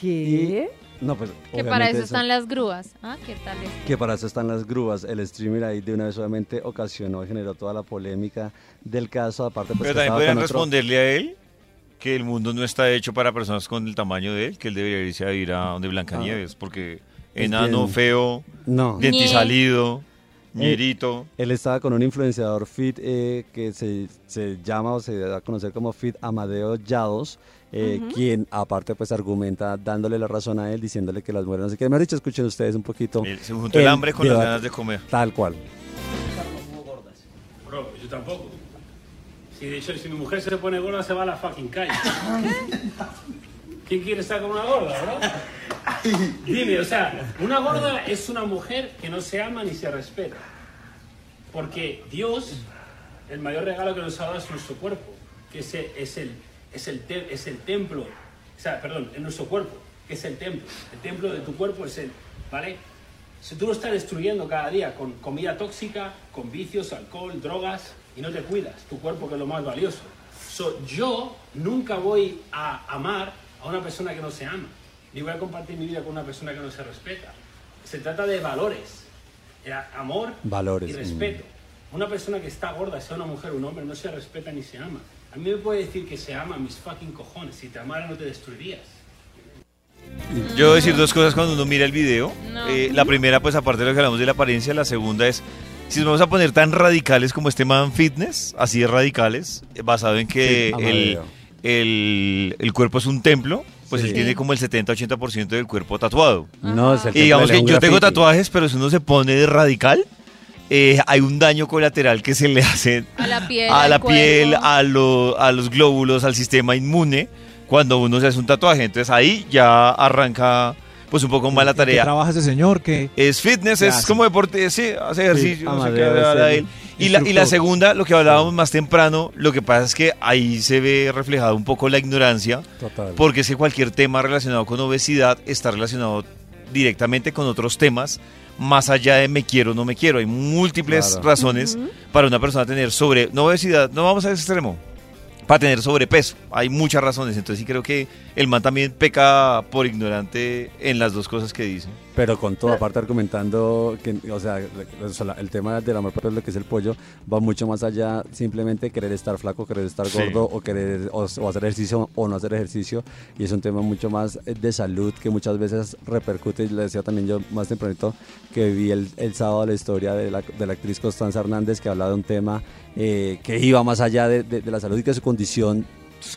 Speaker 3: ¿Qué?
Speaker 1: no, pues.
Speaker 5: Que para
Speaker 1: obviamente
Speaker 5: eso están las grúas. Ah, ¿qué tal? es?
Speaker 1: que para eso están las grúas. El streamer ahí de una vez obviamente ocasionó, generó toda la polémica del caso. Aparte, pues
Speaker 4: Pero
Speaker 1: que
Speaker 4: también
Speaker 1: estaba
Speaker 4: podrían
Speaker 1: con otro-
Speaker 4: responderle a él que el mundo no está hecho para personas con el tamaño de él, que él debería irse a ir a donde Blancanieves, porque
Speaker 1: Es
Speaker 4: enano,
Speaker 1: bien-
Speaker 4: feo,
Speaker 1: No.
Speaker 4: dentisalido,
Speaker 1: Eh,
Speaker 4: ñerito.
Speaker 1: Él estaba con un influenciador fit eh, que se, se llama o se da a conocer como fit Amadeo Yados, eh,
Speaker 24: Ujú.
Speaker 1: quien aparte pues argumenta dándole la razón a él, diciéndole que las mujeres no sé qué. Mejor dicho, escuchen ustedes un poquito.
Speaker 4: se juntó el hambre con las ganas de comer.
Speaker 1: Tal cual.
Speaker 25: Bro, yo tampoco. Si, de hecho, si mi mujer se pone gorda, se va a la fucking calle. ¿Quién quiere estar con una gorda, bro? Dime, o sea, una gorda es una mujer que no se ama ni se respeta. Porque Dios, el mayor regalo que nos ha dado es nuestro cuerpo, que ese es, el, es, el te- es el templo, o sea, perdón, es nuestro cuerpo, que es el templo. El templo de tu cuerpo es el, ¿vale? Si tú lo estás destruyendo cada día con comida tóxica, con vicios, alcohol, drogas, y no te cuidas, tu cuerpo que es lo más valioso. So, yo nunca voy a amar a una persona que no se ama, ni voy a compartir mi vida con una persona que no se respeta. Se trata de valores, Eh, amor
Speaker 1: Valores,
Speaker 25: y
Speaker 1: mm.
Speaker 25: respeto. Una persona que está gorda, sea una mujer o un hombre, no se respeta ni se ama. A mí me puede decir que se ama mis fucking cojones. Si te amara no te destruirías.
Speaker 4: Yo voy a decir dos cosas cuando uno mira el video. Eh, la primera, pues aparte de lo que hablamos de la apariencia, la segunda es, si nos vamos a poner tan radicales como este man fitness, así de radicales, eh, basado en que
Speaker 1: Sí,
Speaker 4: el,
Speaker 1: Amadeo.
Speaker 4: el- el cuerpo es un templo, pues
Speaker 1: Sí.
Speaker 4: él tiene como el 70-80% del cuerpo tatuado.
Speaker 1: No, es el
Speaker 4: y digamos
Speaker 1: templo de
Speaker 4: que
Speaker 1: un
Speaker 4: yo tengo
Speaker 1: graffiti.
Speaker 4: tatuajes, pero si uno se pone de radical, eh, hay un daño colateral que se le hace
Speaker 5: A la piel.
Speaker 4: a
Speaker 5: al
Speaker 4: la
Speaker 5: cuerpo.
Speaker 4: piel, a, lo- a los glóbulos, al sistema inmune cuando uno se hace un tatuaje. Entonces ahí ya arranca pues un poco más la
Speaker 6: ¿Qué
Speaker 4: tarea. Eh,
Speaker 6: trabaja ese señor? que
Speaker 4: Es fitness,
Speaker 6: ¿Qué
Speaker 4: es
Speaker 6: hace?
Speaker 4: como deporte, sí, hace ejercicio. no sé
Speaker 6: Amadeo
Speaker 4: qué
Speaker 6: es
Speaker 4: habla
Speaker 6: el
Speaker 4: él. y, la, y la
Speaker 6: instructor.
Speaker 4: segunda, lo que hablábamos más temprano, lo que pasa es que ahí se ve reflejada un poco la ignorancia,
Speaker 1: Total.
Speaker 4: porque es que cualquier tema relacionado con obesidad está relacionado directamente con otros temas, más allá de me quiero o no me quiero. Hay múltiples
Speaker 1: Claro.
Speaker 4: razones para una persona tener sobre, no obesidad, no vamos al extremo, para tener sobrepeso. Hay muchas razones. Entonces sí creo que el man también peca por ignorante en las dos cosas que dice.
Speaker 1: Pero con todo, aparte argumentando que, o sea, o sea, la- el tema del amor propio, lo que es el pollo, va mucho más allá simplemente querer estar flaco, querer estar
Speaker 4: Sí.
Speaker 1: gordo o querer o, o hacer ejercicio o no hacer ejercicio. Y es un tema mucho más eh, de salud que muchas veces repercute. Y le decía también yo más tempranito que vi el, el sábado la historia de la, de la actriz Constanza Hernández que hablaba de un tema eh, que iba más allá de, de- de la salud y que su condición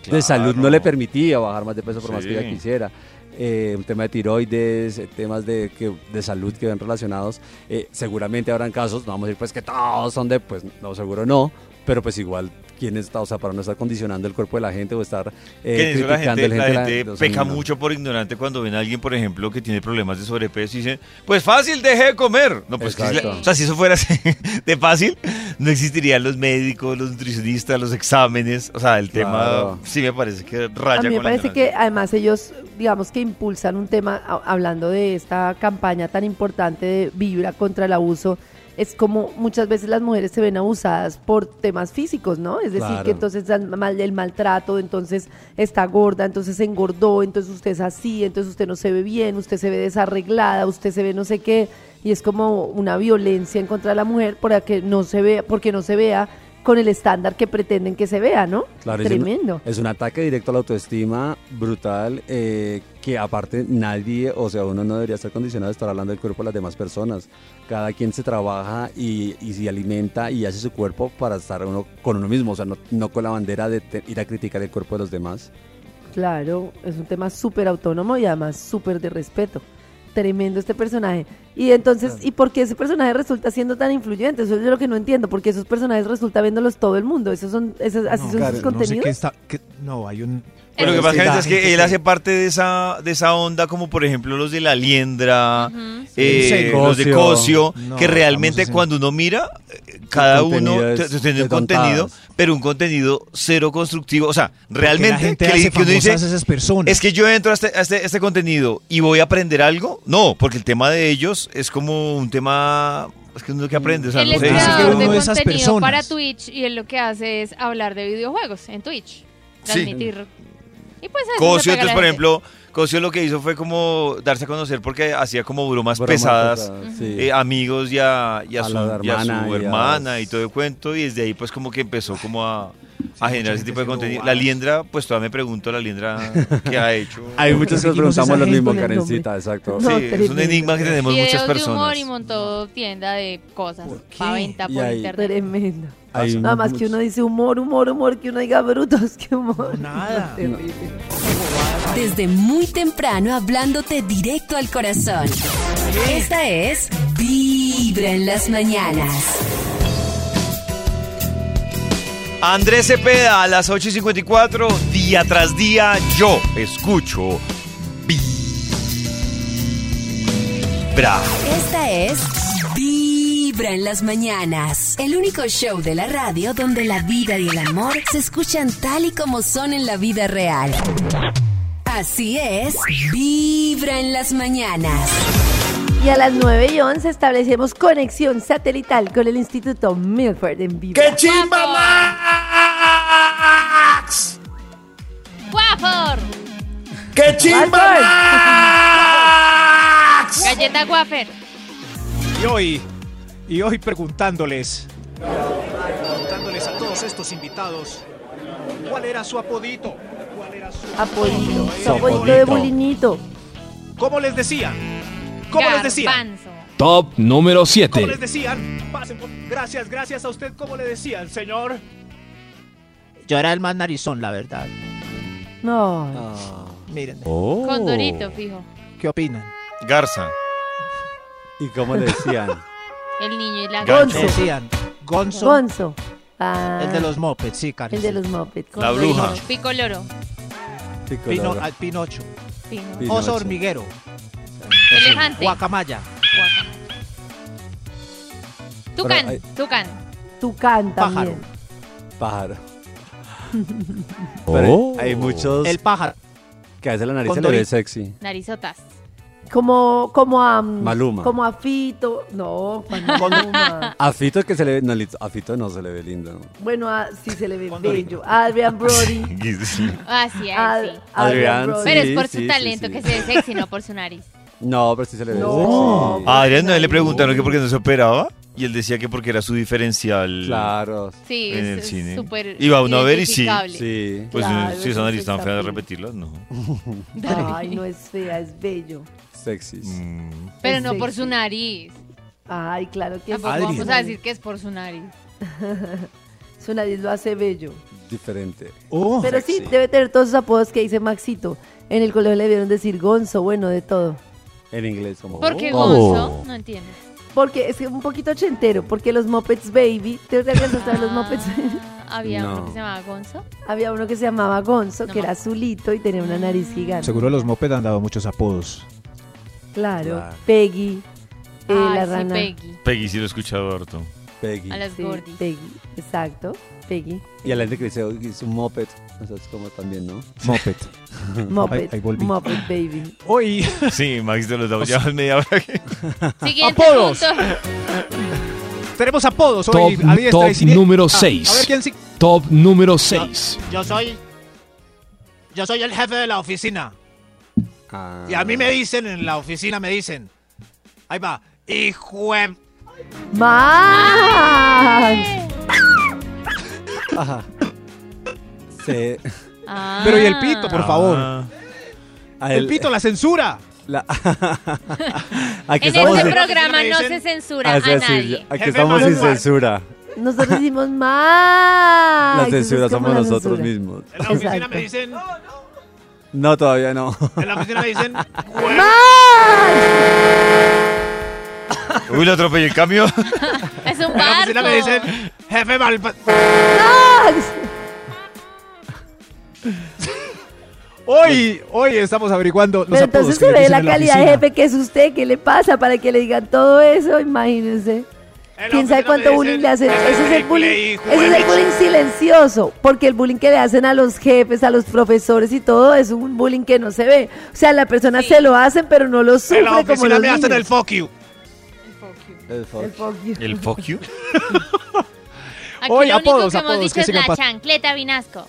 Speaker 1: de salud no
Speaker 4: Pues claro.
Speaker 1: le permitía bajar más de peso por más que ella
Speaker 4: Sí.
Speaker 1: quisiera quisiera. Eh, un tema de tiroides, eh, temas de, que, de salud que ven relacionados. Eh, seguramente habrán casos, no vamos a decir pues que todos son de, pues no, seguro no, pero pues igual quién está, o sea, para no estar condicionando el cuerpo de la gente o estar eh,
Speaker 4: que en eso la
Speaker 1: criticando
Speaker 4: gente,
Speaker 1: a la
Speaker 4: la
Speaker 1: gente, la-
Speaker 4: gente
Speaker 1: o sea,
Speaker 4: peca
Speaker 1: no.
Speaker 4: mucho por ignorante cuando ven a alguien, por ejemplo, que tiene problemas de sobrepeso y dicen, pues fácil, deje de comer. No, pues que si la-
Speaker 1: Exacto.
Speaker 4: o sea, si eso fuera así [laughs] de fácil, no existirían los médicos, los nutricionistas, los exámenes. O sea, el
Speaker 1: Claro.
Speaker 4: tema sí me parece que raya
Speaker 3: A mí me
Speaker 4: con la
Speaker 3: parece que además ellos, digamos que impulsan un tema, a- hablando de esta campaña tan importante de Vibra contra el abuso, es como muchas veces las mujeres se ven abusadas por temas físicos, ¿no? Es decir,
Speaker 26: Claro.
Speaker 3: que entonces dan mal el maltrato, entonces está gorda, entonces se engordó, entonces usted es así, entonces usted no se ve bien, usted se ve desarreglada, usted se ve no sé qué, y es como una violencia en contra de la mujer para que no se vea, porque no se vea con el estándar que pretenden que se vea, ¿no?
Speaker 1: Claro, es un-
Speaker 3: Tremendo.
Speaker 1: Es un, ataque directo a la autoestima brutal eh, que aparte nadie, o sea, uno no debería estar condicionado a estar hablando del cuerpo de las demás personas. Cada quien se trabaja y, y se alimenta y hace su cuerpo para estar uno con uno mismo, o sea, no, no con la bandera de te- ir a criticar el cuerpo de los demás.
Speaker 3: Claro, es un tema súper autónomo y además súper de respeto. Tremendo este personaje. Y entonces, ¿y por qué ese personaje resulta siendo tan influyente? Eso es lo que no entiendo, porque esos personajes resulta viéndolos todo el mundo. Esos son, esos, así son
Speaker 6: Claro,
Speaker 3: sus
Speaker 6: no sé
Speaker 3: contenidos.
Speaker 6: qué está. qué- no, hay un.
Speaker 4: Pero lo que pasa Karen, es
Speaker 6: Pues gente
Speaker 4: que él hace parte de esa, de esa onda como por ejemplo los de la liendra, eh,
Speaker 1: Sí.
Speaker 4: los de
Speaker 1: Cocio.
Speaker 4: Cocio,
Speaker 1: No,
Speaker 4: que realmente
Speaker 1: estamos así.
Speaker 4: cuando uno mira, eh, cada
Speaker 1: contenido
Speaker 4: uno
Speaker 1: es
Speaker 4: t- t- tiene
Speaker 1: de
Speaker 4: un contenido,
Speaker 1: tontadas.
Speaker 4: pero un contenido cero constructivo. O sea, realmente
Speaker 6: la gente
Speaker 4: que le-
Speaker 6: hace
Speaker 4: que uno dice,
Speaker 6: famosas esas personas.
Speaker 4: es que yo entro a este, a este- este contenido y voy a aprender algo. No, porque el tema de ellos es como un tema... Es que uno que aprende, o sea,
Speaker 5: Él
Speaker 4: no
Speaker 5: es
Speaker 4: sé.
Speaker 5: creador de contenido para Twitch y él lo que hace es hablar de videojuegos en Twitch.
Speaker 4: Sí.
Speaker 5: Transmitir. Y pues [laughs] eso se
Speaker 4: Cosio,
Speaker 5: pega a la
Speaker 4: entonces, por
Speaker 5: gente.
Speaker 4: ejemplo, Cosio lo que hizo fue como darse a conocer porque hacía como bromas,
Speaker 1: Bromas
Speaker 4: pesadas,
Speaker 1: pesadas, sí.
Speaker 4: eh, amigos y a, y a
Speaker 1: A
Speaker 4: su,
Speaker 1: la
Speaker 4: y a su
Speaker 1: hermana y a-
Speaker 4: hermana y todo el cuento, y desde ahí pues como que empezó como a, a generar ese tipo de contenido. La Liendra, pues todavía me pregunto
Speaker 1: [laughs]
Speaker 4: la Liendra qué ha hecho.
Speaker 1: Hay muchos que nos preguntamos lo mismo, Karencita, exacto.
Speaker 4: Sí, es un enigma que tenemos
Speaker 5: Videos
Speaker 4: muchas
Speaker 5: de humor
Speaker 4: personas.
Speaker 5: y montó tienda de cosas. Pa' venta
Speaker 1: Y
Speaker 5: por
Speaker 1: hay-
Speaker 5: internet.
Speaker 3: Tremendo.
Speaker 1: Hay
Speaker 3: Nada más
Speaker 1: muchos-
Speaker 3: que uno dice humor, humor, humor, que uno diga brutos, [laughs] que humor.
Speaker 6: Nada.
Speaker 2: Desde muy temprano hablándote directo al corazón. Esta es Vibra en las mañanas.
Speaker 4: Andrés Cepeda a las 8 y 54, día tras día, yo escucho Vibra.
Speaker 2: Esta es Vibra en las mañanas. El único show de la radio donde la vida y el amor se escuchan tal y como son en la vida real. Así es, Vibra en las mañanas.
Speaker 3: Y a las 9 y 11 establecemos conexión satelital con el Instituto Milford en vivo.
Speaker 2: ¡Qué
Speaker 3: chimba, Max!
Speaker 5: ¡Wafer!
Speaker 3: ¡Qué ¿eh?
Speaker 5: Galleta Wafer.
Speaker 6: Y hoy, y hoy preguntándoles, preguntándoles a todos estos invitados, ¿cuál era su apodito? ¿Cuál era su
Speaker 3: Apolito, apolito de bulinito.
Speaker 6: ¿Cómo les decía? ¿Cómo les decían?
Speaker 13: Top número
Speaker 6: ¿Cómo les
Speaker 13: 7.
Speaker 6: decían? Pasen por- Gracias, gracias a usted. ¿Cómo le decían, señor?
Speaker 26: Yo era el más narizón, la verdad.
Speaker 3: No.
Speaker 6: Miren.
Speaker 1: Oh.
Speaker 5: Con Dorito, fijo.
Speaker 6: Oh. ¿Qué opinan?
Speaker 4: Garza.
Speaker 1: ¿Y cómo le
Speaker 6: [laughs]
Speaker 1: decían?
Speaker 5: El niño y la
Speaker 6: Gonzo.
Speaker 5: galleta.
Speaker 6: Decían, Gonzo.
Speaker 3: Gonzo. Ah.
Speaker 6: El de los mopeds, sí, Karen.
Speaker 3: El de los Muppets.
Speaker 6: La bruja.
Speaker 5: Pico loro.
Speaker 6: Pino- al Pinocho.
Speaker 5: Pino.
Speaker 6: Oso hormiguero.
Speaker 5: Elefante.
Speaker 6: Guacamaya.
Speaker 5: Tucán,
Speaker 1: Pero hay-
Speaker 5: Tucán.
Speaker 3: Tucán
Speaker 6: también.
Speaker 1: Pájaro. Pero hay muchos
Speaker 6: El pájaro.
Speaker 1: que a veces la nariz
Speaker 6: Con
Speaker 1: se le ve
Speaker 6: Dorit-
Speaker 1: sexy.
Speaker 5: Narizotas.
Speaker 3: como, como a mm,
Speaker 1: Maluma.
Speaker 3: como a Fito, no,
Speaker 6: [laughs]
Speaker 3: Juan
Speaker 6: Ah.
Speaker 3: Maluma.
Speaker 1: A Fito que se le ve. No, li- a Fito no se le ve lindo. ¿no?
Speaker 3: bueno, a, sí se le ve bello. Adrian Brody.
Speaker 5: [laughs] Así,
Speaker 3: Ad-
Speaker 5: así.
Speaker 1: Adrián, sí,
Speaker 5: Pero es por
Speaker 1: sí,
Speaker 5: su talento
Speaker 1: sí,
Speaker 5: que se ve sexy, no por su nariz.
Speaker 1: No, pero sí se le ve.
Speaker 4: No. A Adrián Noel le preguntaron que por qué no se operaba y él decía que porque era su diferencial.
Speaker 1: Claro.
Speaker 5: Sí,
Speaker 4: en
Speaker 5: es-
Speaker 4: el
Speaker 5: es
Speaker 4: cine.
Speaker 5: súper
Speaker 4: Iba uno a ver y sí.
Speaker 5: identificable.
Speaker 1: Sí.
Speaker 4: Pues
Speaker 3: Claro,
Speaker 4: si
Speaker 3: es
Speaker 4: esa nariz tan fea de
Speaker 3: espectacular.
Speaker 4: repetirlas, no.
Speaker 3: Ay, no es fea, es bello.
Speaker 1: Sexys.
Speaker 4: Mm,
Speaker 5: Pero
Speaker 3: Es
Speaker 5: no por su
Speaker 3: sexy.
Speaker 5: nariz.
Speaker 3: Ay, claro que sí.
Speaker 5: Tampoco vamos a decir que es por [laughs] su nariz.
Speaker 3: [laughs] Su nariz lo hace bello.
Speaker 1: Diferente.
Speaker 6: Oh.
Speaker 3: Pero sí, debe tener todos esos apodos que dice Maxito. En el colegio le debieron decir Gonzo, bueno, de todo.
Speaker 1: En inglés, como.
Speaker 5: ¿Por qué
Speaker 1: Oh.
Speaker 5: Gonzo? No entiendo.
Speaker 3: Porque es que un poquito ochentero, porque los Muppets Baby, ¿te alcanzaste a ver los Muppets Baby?
Speaker 5: Había uno
Speaker 6: No.
Speaker 5: que se llamaba Gonzo.
Speaker 3: [laughs] Había uno que se llamaba Gonzo, que era azulito y tenía una nariz
Speaker 5: Mm.
Speaker 3: gigante.
Speaker 6: Seguro los moped han dado muchos apodos.
Speaker 3: Claro,
Speaker 6: Claro.
Speaker 3: Peggy, eh,
Speaker 5: Ay,
Speaker 3: la
Speaker 5: Ah, sí,
Speaker 3: rana.
Speaker 5: Peggy.
Speaker 4: Peggy sí lo he
Speaker 1: [laughs]
Speaker 4: escuchado harto.
Speaker 1: Peggy.
Speaker 5: A las
Speaker 3: Sí,
Speaker 5: gordis.
Speaker 3: Peggy, exacto, Peggy.
Speaker 1: Y a la gente que dice, "Oye, es un moped. O sea, es como también, ¿no?
Speaker 5: [laughs]
Speaker 6: Moped.
Speaker 3: Muppet,
Speaker 1: Ahí- ahí volví.
Speaker 3: Muppet Baby.
Speaker 6: Hoy.
Speaker 4: Sí, Max te lo damos ya media hora. que-
Speaker 5: Siguiente
Speaker 6: Apodos.
Speaker 10: [laughs]
Speaker 5: punto.
Speaker 6: Tenemos apodos
Speaker 13: Top,
Speaker 6: hoy. a diestra y
Speaker 13: top
Speaker 6: siniestra.
Speaker 13: número
Speaker 6: Ah, A ver
Speaker 13: 6.
Speaker 6: quién sí.
Speaker 13: Top número 6.
Speaker 26: Yo soy. Yo soy el jefe de la oficina. Y a mí me dicen, en la oficina me dicen. Ahí va. Hijo. de-
Speaker 3: ¡Max!
Speaker 1: [laughs] Ajá. Se...
Speaker 5: Ah.
Speaker 1: Ah.
Speaker 6: Pero y el pito, por favor.
Speaker 1: A
Speaker 6: El
Speaker 1: él-
Speaker 6: pito, la censura.
Speaker 1: La- [laughs] Aquí
Speaker 5: En
Speaker 1: estamos
Speaker 5: este
Speaker 1: sin-
Speaker 5: programa no se censura a
Speaker 1: Ah, sí, sí,
Speaker 5: nadie.
Speaker 1: Aquí estamos sin censura.
Speaker 3: Nosotros decimos Max.
Speaker 1: La censura
Speaker 3: Es como
Speaker 1: somos
Speaker 3: la
Speaker 1: nosotros
Speaker 3: censura.
Speaker 1: mismos.
Speaker 26: En la oficina
Speaker 3: Exacto.
Speaker 26: me dicen.
Speaker 1: No, todavía no.
Speaker 26: En la oficina me
Speaker 1: [laughs]
Speaker 26: dicen.
Speaker 4: Uy, lo atropellé
Speaker 1: [laughs]
Speaker 4: el cambio.
Speaker 5: Es un
Speaker 26: En la oficina me
Speaker 5: barco.
Speaker 26: dicen. Jefe mal.
Speaker 6: Hoy, hoy estamos averiguando los
Speaker 3: Pero
Speaker 6: apodos
Speaker 3: entonces
Speaker 6: que
Speaker 3: se
Speaker 6: le
Speaker 3: ve
Speaker 6: dicen
Speaker 3: la
Speaker 6: en
Speaker 3: calidad de
Speaker 6: oficina.
Speaker 3: jefe que es usted, ¿qué le pasa para que le digan todo eso? Imagínense. ¿Quién sabe cuánto bullying le hacen? Ese es el bullying, ese es el bullying silencioso, porque el bullying que le hacen a los jefes, a los profesores y todo es un bullying que no se ve. O sea, la persona se lo hacen, pero no lo sufre
Speaker 26: En la
Speaker 3: como
Speaker 26: oficina
Speaker 3: los
Speaker 26: me hacen el
Speaker 3: niños.
Speaker 26: fuck you.
Speaker 1: El fuck.
Speaker 4: ¿El fuck you?
Speaker 5: Aquí
Speaker 6: Hoy,
Speaker 5: lo único
Speaker 6: apodos,
Speaker 5: que hemos
Speaker 6: apodos,
Speaker 5: dicho
Speaker 6: que
Speaker 5: es
Speaker 6: sigan
Speaker 5: la
Speaker 6: pas-
Speaker 5: chancleta vinasco.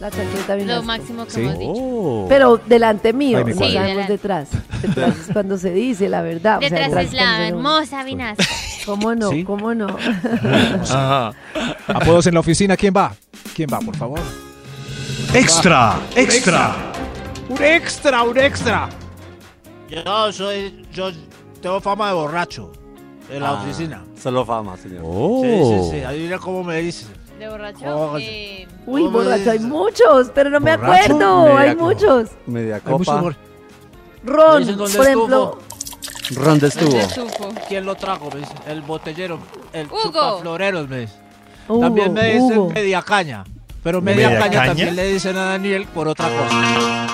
Speaker 3: La chancleta
Speaker 5: Lo
Speaker 3: vinasco.
Speaker 5: máximo que
Speaker 6: Sí.
Speaker 5: hemos dicho.
Speaker 3: Pero delante mío,
Speaker 6: Ay, me
Speaker 3: no
Speaker 6: cuadra.
Speaker 3: sabemos
Speaker 5: Sí,
Speaker 3: detrás. Detrás es cuando se dice la verdad. o sea,
Speaker 5: Detrás es
Speaker 3: cuando
Speaker 5: la
Speaker 3: se-
Speaker 5: hermosa vinasco.
Speaker 3: ¿Cómo no?
Speaker 6: Sí.
Speaker 3: ¿Cómo no?
Speaker 4: Ajá.
Speaker 6: Apodos en la oficina, ¿quién va? ¿Quién va, por favor?
Speaker 18: Extra, extra.
Speaker 26: Un extra, un extra. Yo soy. Yo tengo fama de borracho. En la
Speaker 1: Ah,
Speaker 26: oficina.
Speaker 1: Solo fama, señor.
Speaker 26: Sí, sí, sí. Eh, Adivina cómo me dicen.
Speaker 5: De borracho.
Speaker 26: Oh,
Speaker 5: eh,
Speaker 3: Uy,
Speaker 26: ¿Cómo
Speaker 3: borracho, hay
Speaker 26: dices?
Speaker 3: muchos, pero no me
Speaker 26: ¿Borracho?
Speaker 3: acuerdo.
Speaker 1: Media
Speaker 3: Hay
Speaker 1: copa.
Speaker 3: muchos.
Speaker 1: Media
Speaker 26: Hay mucho
Speaker 1: copa.
Speaker 26: humor.
Speaker 3: Ron,
Speaker 26: Dicen, ¿dónde
Speaker 3: por ejemplo.
Speaker 1: Ronda estuvo.
Speaker 5: Tufo.
Speaker 26: ¿Quién lo trajo? Me dice? El botellero, el
Speaker 5: Hugo.
Speaker 26: chupafloreros, me dice.
Speaker 3: Hugo,
Speaker 26: también me dicen
Speaker 3: Hugo.
Speaker 26: media caña. Pero media,
Speaker 4: ¿Media
Speaker 26: caña,
Speaker 4: caña?
Speaker 26: también le dicen a Daniel por otra cosa.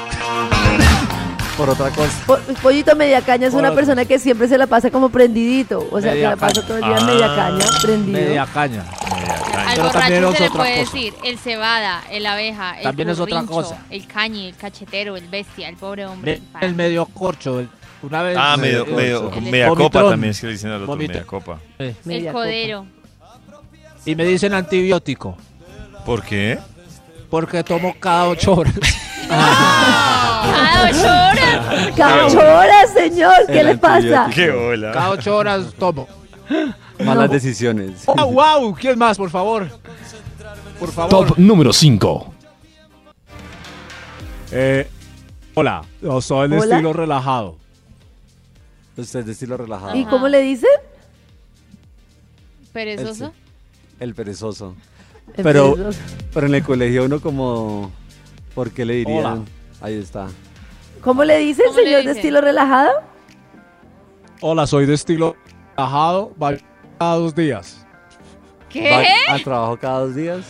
Speaker 1: Por otra cosa.
Speaker 3: Po- pues, Pollito media caña es
Speaker 26: Por
Speaker 3: una
Speaker 26: otro.
Speaker 3: persona que siempre se la pasa como prendidito. O sea,
Speaker 26: Media
Speaker 3: que la pasa
Speaker 26: caña.
Speaker 3: todo el día
Speaker 4: Ah.
Speaker 3: media caña, prendido.
Speaker 26: Media caña.
Speaker 5: Al
Speaker 26: Pero también
Speaker 5: borracho
Speaker 26: es
Speaker 5: se le
Speaker 26: otra
Speaker 5: puede
Speaker 26: cosa.
Speaker 5: decir el cebada, el abeja, el
Speaker 26: También es otra
Speaker 5: currincho,
Speaker 26: cosa.
Speaker 5: el cañi, el cachetero, el bestia, el pobre hombre.
Speaker 26: Ve- El medio corcho. el- Una vez. eh,
Speaker 4: Ah, medio, medio,
Speaker 26: corcho.
Speaker 4: media copa
Speaker 26: Vomitrón.
Speaker 4: también es que le dicen al otro.
Speaker 26: Vomito.
Speaker 4: Media copa.
Speaker 26: Eh,
Speaker 5: El
Speaker 3: Media
Speaker 5: codero.
Speaker 26: Y me dicen antibiótico.
Speaker 4: ¿Por qué?
Speaker 26: Porque tomo cada ocho horas.
Speaker 6: [laughs]
Speaker 5: Cada
Speaker 3: [laughs]
Speaker 5: ocho horas.
Speaker 3: ¡Cachora, señor! ¿Qué
Speaker 1: El
Speaker 3: le pasa?
Speaker 4: ¡Qué
Speaker 26: cada
Speaker 4: hola!
Speaker 26: ocho horas tomo.
Speaker 1: Malas decisiones.
Speaker 26: ¡Ah, wow! ¿Quién más, por favor? Por favor.
Speaker 13: Top número 5.
Speaker 26: hola, yo soy
Speaker 3: de Hola. estilo
Speaker 26: relajado.
Speaker 1: Usted es de estilo relajado.
Speaker 3: ¿Y
Speaker 5: Ajá.
Speaker 3: cómo le dicen?
Speaker 5: Perezoso.
Speaker 1: El perezoso.
Speaker 3: El
Speaker 1: Pero,
Speaker 3: perezoso.
Speaker 1: pero en el colegio uno como... ¿Por qué le dirían?
Speaker 26: Hola.
Speaker 1: Ahí está.
Speaker 3: ¿Cómo le dicen,
Speaker 5: ¿Cómo le
Speaker 3: señor de
Speaker 5: dicen?
Speaker 3: estilo relajado?
Speaker 26: Hola, soy de estilo relajado, va cada dos días.
Speaker 1: ¿Va
Speaker 5: ¿Qué?
Speaker 1: al trabajo cada dos días?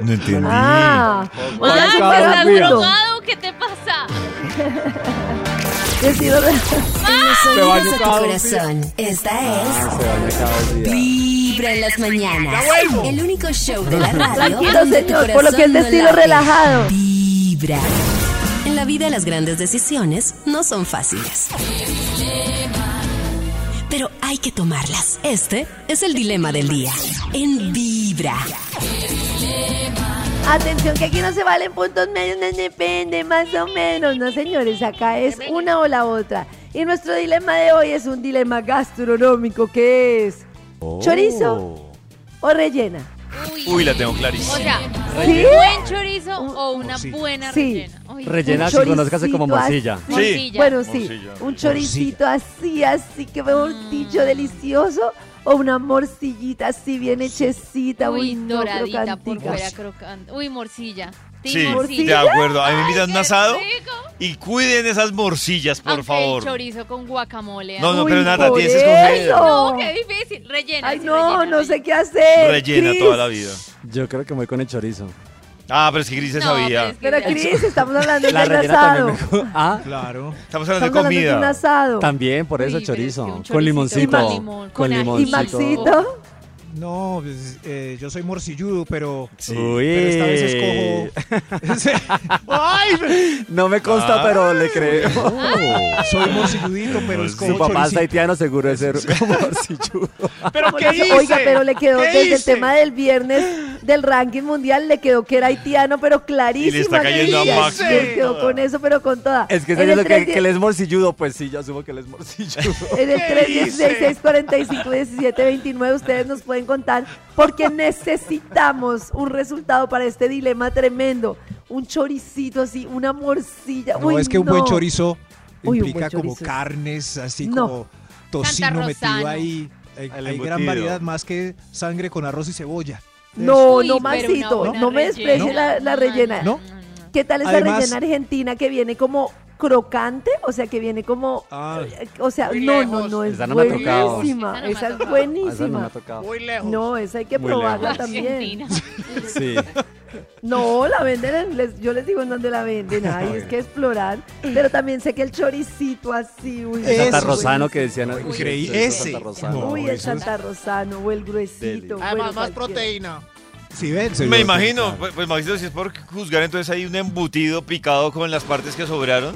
Speaker 4: No entendí.
Speaker 3: Ah, o sea,
Speaker 5: Ah,
Speaker 3: sí,
Speaker 5: pues
Speaker 3: pero
Speaker 5: estás
Speaker 3: alguno.
Speaker 5: drogado, ¿qué
Speaker 7: [laughs]
Speaker 5: te pasa?
Speaker 3: De estilo relajado.
Speaker 2: En los oídos de tu
Speaker 26: cada
Speaker 2: corazón. Esta es
Speaker 1: Se baña cada dos días.
Speaker 2: Vibra en las mañanas. El único show de la radio.
Speaker 3: Tranquilo,
Speaker 2: donde tu
Speaker 3: señor, por lo que
Speaker 2: corazón
Speaker 3: es de
Speaker 2: no
Speaker 3: estilo
Speaker 2: late.
Speaker 3: relajado.
Speaker 2: Vibra.
Speaker 7: En la vida las grandes decisiones no son fáciles. Pero hay que tomarlas. Este es el dilema del día. En Vibra.
Speaker 3: Atención, que aquí no se valen puntos medios, no depende, más o menos. No, señores, acá es una o la otra. Y nuestro dilema de hoy es un dilema gastronómico, que es
Speaker 8: Oh.
Speaker 3: chorizo o rellena.
Speaker 4: Uy, la tengo clarísima.
Speaker 5: O sea,
Speaker 3: ¿Sí?
Speaker 5: un buen chorizo o una buena
Speaker 3: Sí.
Speaker 5: rellena. Ay,
Speaker 8: Rellena,
Speaker 5: un
Speaker 8: si conozcase como
Speaker 3: choricito
Speaker 8: morcilla.
Speaker 3: así.
Speaker 5: Sí.
Speaker 3: Bueno, sí.
Speaker 8: Morcilla.
Speaker 3: Un choricito así, así que veo un tillo
Speaker 5: Mm.
Speaker 3: delicioso. O una morcillita así bien hechecita,
Speaker 5: Uy,
Speaker 3: uy, no,
Speaker 5: doradita por
Speaker 3: crocantica.
Speaker 5: fuera crocante. Uy, morcilla. Team
Speaker 4: Sí,
Speaker 5: morcilla.
Speaker 4: de acuerdo. A mí me invitan un
Speaker 5: qué
Speaker 4: asado
Speaker 5: rico.
Speaker 4: y cuiden esas morcillas, por
Speaker 5: Aunque
Speaker 4: favor.
Speaker 5: El chorizo con guacamole.
Speaker 4: No, no,
Speaker 5: Uy,
Speaker 4: pero nada,
Speaker 5: por
Speaker 4: tienes que escoger.
Speaker 5: eso. No, qué difícil. Rellena.
Speaker 3: Ay,
Speaker 5: sí,
Speaker 3: no,
Speaker 5: rellena,
Speaker 3: no sé qué hacer.
Speaker 4: Rellena
Speaker 3: Cris.
Speaker 4: toda la vida.
Speaker 1: Yo creo que me voy con el chorizo.
Speaker 4: Ah, pero es que Gris se sabía.
Speaker 3: Pero Cris, estamos hablando de
Speaker 1: La
Speaker 3: un
Speaker 1: rellena
Speaker 3: asado.
Speaker 1: también me- [laughs] Ah,
Speaker 6: claro.
Speaker 4: Estamos
Speaker 3: Estamos hablando de un asado.
Speaker 1: También, por eso chorizo. con limoncito.
Speaker 3: con limón, con ají. ¿Y Maxito?
Speaker 6: No, pues, eh, yo soy morcilludo, pero,
Speaker 1: Uy.
Speaker 6: pero esta vez escojo.
Speaker 1: [laughs] No me consta, pero le creo.
Speaker 26: Oh,
Speaker 6: Soy morcilludito, pero es
Speaker 1: [laughs]
Speaker 6: como
Speaker 1: Su papá es
Speaker 6: choricito.
Speaker 1: haitiano, seguro es ser morcilludo.
Speaker 3: Como le- Oiga, pero le quedó desde el tema del viernes del ranking mundial, le quedó que era haitiano, pero clarísimo.
Speaker 1: está cayendo a
Speaker 3: Cris.
Speaker 1: Max.
Speaker 3: Le quedó con eso, pero con toda.
Speaker 1: [laughs] Es que
Speaker 3: En
Speaker 1: está
Speaker 3: el
Speaker 1: diciendo que,
Speaker 3: 310
Speaker 1: que él es morcilludo. Pues sí, yo asumo que él es
Speaker 3: [laughs]
Speaker 1: morcilludo.
Speaker 3: En el 316-645-1729 ustedes nos pueden contar porque necesitamos un resultado para este dilema tremendo. Un choricito así, una morcilla.
Speaker 6: No,
Speaker 3: Uy,
Speaker 6: es que un buen
Speaker 3: no.
Speaker 6: chorizo
Speaker 3: Uy, un buen
Speaker 6: implica como
Speaker 3: chorizo.
Speaker 6: carnes, así
Speaker 3: No.
Speaker 6: como tocino
Speaker 3: Santa
Speaker 6: metido
Speaker 3: Rosano.
Speaker 6: ahí. Hay,
Speaker 1: El
Speaker 6: hay gran
Speaker 1: embutido.
Speaker 6: variedad, más que sangre con arroz y cebolla.
Speaker 3: No,
Speaker 6: Eso.
Speaker 3: no, Maxito, no me desprecie la, la rellena.
Speaker 6: ¿No?
Speaker 3: ¿Qué tal esa
Speaker 6: Además-
Speaker 3: rellena argentina que viene como crocante? O sea, que viene como... O sea, no, no, no, es
Speaker 1: Esa no me ha tocado.
Speaker 3: buenísima. Esa es
Speaker 1: Ah, esa no me ha
Speaker 3: buenísima.
Speaker 1: tocado.
Speaker 3: No, esa hay que
Speaker 1: Muy
Speaker 3: probarla
Speaker 1: lejos.
Speaker 3: también.
Speaker 1: [laughs] Sí.
Speaker 3: No, la venden, en- les- yo les digo en dónde la venden, ay, es que explorar, pero también sé que el choricito así, uy,
Speaker 1: El Santa
Speaker 3: eso,
Speaker 1: Rosano que decían.
Speaker 6: Uy,
Speaker 1: uy,
Speaker 6: creí
Speaker 1: chorizo
Speaker 6: ese.
Speaker 1: Santa Rosano.
Speaker 3: uy, el Santa Rosano, o el gruesito,
Speaker 1: Deli.
Speaker 10: Además, más
Speaker 3: proteína.
Speaker 6: Sí, ven,
Speaker 4: Me
Speaker 6: señor.
Speaker 4: imagino, pues, pues, Maxito, si es por juzgar, entonces hay un embutido picado con las partes que sobraron.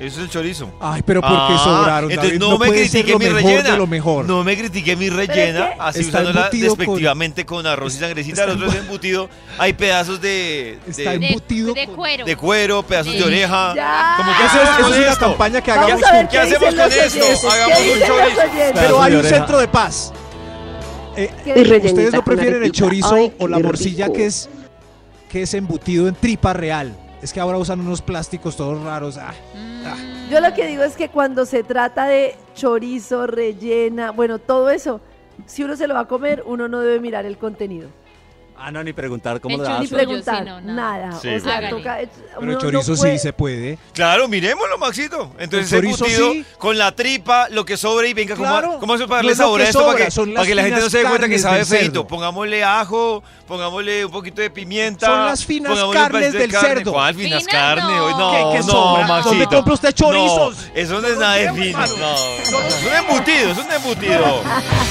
Speaker 4: Eso es el chorizo. Ah,
Speaker 6: Ay, pero ¿por qué sobraron,
Speaker 4: Entonces
Speaker 6: David?
Speaker 4: no,
Speaker 6: No
Speaker 4: me
Speaker 6: puede ser
Speaker 4: critiqué
Speaker 6: lo
Speaker 4: mi
Speaker 6: mejor
Speaker 4: rellena.
Speaker 6: de lo mejor.
Speaker 4: No me critiqué mi
Speaker 6: ¿Pero
Speaker 4: rellena,
Speaker 6: es que-
Speaker 4: así
Speaker 6: Está
Speaker 4: usándola
Speaker 6: embutido con-
Speaker 4: despectivamente con, arroz y sangrecita. El otro es embutido. Hay pedazos de. de-
Speaker 5: De, de cuero.
Speaker 4: de cuero, pedazos de
Speaker 5: Sí.
Speaker 4: oreja.
Speaker 5: Ya.
Speaker 4: Como que
Speaker 6: Eso
Speaker 4: hacemos
Speaker 6: es- eso
Speaker 4: con
Speaker 6: es una
Speaker 4: esto?
Speaker 6: campaña que
Speaker 4: Vamos
Speaker 6: hagamos
Speaker 4: a ver
Speaker 6: juntos.
Speaker 4: ¿Qué hacemos con esto? Hagamos un chorizo.
Speaker 6: Pero hay un
Speaker 4: Pedazos de
Speaker 6: centro de paz. Eh,
Speaker 21: Y rellenita
Speaker 6: ¿Ustedes no
Speaker 21: con
Speaker 6: prefieren el
Speaker 21: arepita.
Speaker 6: chorizo
Speaker 21: Ay,
Speaker 6: o la
Speaker 21: qué
Speaker 6: morcilla
Speaker 21: rico.
Speaker 6: que es, que es embutido en tripa real? Es que ahora usan unos plásticos todos raros. ah.
Speaker 3: Yo lo que digo es que cuando se trata de chorizo, rellena, bueno, todo eso, si uno se lo va a comer, uno no debe mirar el contenido,
Speaker 1: Ah, no, ni preguntar cómo
Speaker 3: El
Speaker 1: le
Speaker 3: ni
Speaker 1: das.
Speaker 3: preguntar,
Speaker 5: sí, no, nada.
Speaker 3: nada,
Speaker 1: Sí,
Speaker 3: o sea,
Speaker 1: hágale.
Speaker 3: Pues toca, es-
Speaker 6: Pero
Speaker 3: uno
Speaker 6: el
Speaker 3: no
Speaker 6: chorizo sí
Speaker 3: puede-
Speaker 6: se puede.
Speaker 4: Claro, miremoslo, Maxito. Entonces,
Speaker 6: El
Speaker 4: el
Speaker 6: chorizo
Speaker 4: embutido
Speaker 6: sí.
Speaker 4: con la tripa, lo que sobre y venga,
Speaker 6: Claro.
Speaker 4: ¿cómo, ¿cómo hace para
Speaker 6: No
Speaker 4: darle
Speaker 6: es lo
Speaker 4: sabor
Speaker 6: que
Speaker 4: a esto?
Speaker 6: sobra,
Speaker 4: para, que,
Speaker 6: son las
Speaker 4: para que la gente no
Speaker 6: finas
Speaker 4: se dé cuenta que
Speaker 6: carnes
Speaker 4: sabe
Speaker 6: del
Speaker 4: feito.
Speaker 6: cerdo.
Speaker 4: Pongámosle ajo, pongámosle un poquito de pimienta.
Speaker 6: Son las finas
Speaker 4: pongámosle un
Speaker 6: carnes
Speaker 4: pedacito de
Speaker 6: del
Speaker 4: carne.
Speaker 6: cerdo.
Speaker 4: ¿Cuál finas
Speaker 6: Finas
Speaker 4: carnes?
Speaker 6: no.
Speaker 4: Hoy No,
Speaker 6: ¿Qué- qué
Speaker 4: no,
Speaker 6: sobra?
Speaker 4: Maxito.
Speaker 6: ¿Dónde compra usted chorizos?
Speaker 4: No, eso no es nada de fino. No, es un embutido, es un embutido.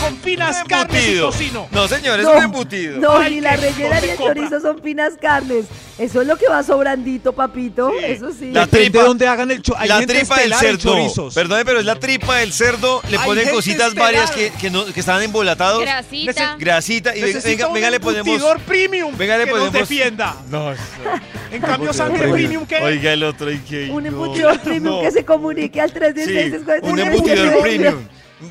Speaker 22: Con finas carnes y
Speaker 4: embutido.
Speaker 22: tocino.
Speaker 4: No, señor, es
Speaker 3: No,
Speaker 4: un embutido.
Speaker 3: No,
Speaker 22: Ay,
Speaker 3: ni la
Speaker 22: qué
Speaker 3: rellena
Speaker 22: rico
Speaker 3: ni el
Speaker 22: se compra.
Speaker 3: chorizo son finas carnes. Eso es lo que va sobrandito, papito. Eso sí.
Speaker 4: La
Speaker 6: Depende
Speaker 4: tripa-
Speaker 6: de dónde hagan el chorizo.
Speaker 4: la tripa del cerdo.
Speaker 6: chorizos.
Speaker 4: Perdón, pero es la tripa del cerdo. Le
Speaker 6: Hay
Speaker 4: ponen
Speaker 6: gente
Speaker 4: cositas
Speaker 6: estelar.
Speaker 4: varias que, que, no- que estaban embolatados.
Speaker 5: Grasita. Nece-
Speaker 4: grasita. Y ve-
Speaker 22: Necesita
Speaker 4: venga,
Speaker 22: un
Speaker 4: venga, le ponemos.
Speaker 22: embutidor premium
Speaker 4: Venga, le
Speaker 22: que nos
Speaker 4: ponemos.
Speaker 22: defienda.
Speaker 4: No, eso-
Speaker 22: En cambio, sangre
Speaker 4: Oiga,
Speaker 22: premium, ¿qué?
Speaker 4: Oiga, el otro. ¿y qué?
Speaker 3: Un
Speaker 4: No,
Speaker 3: embutidor premium
Speaker 4: no.
Speaker 3: que se comunique al
Speaker 4: Sí,
Speaker 3: 316
Speaker 4: un embutidor premium.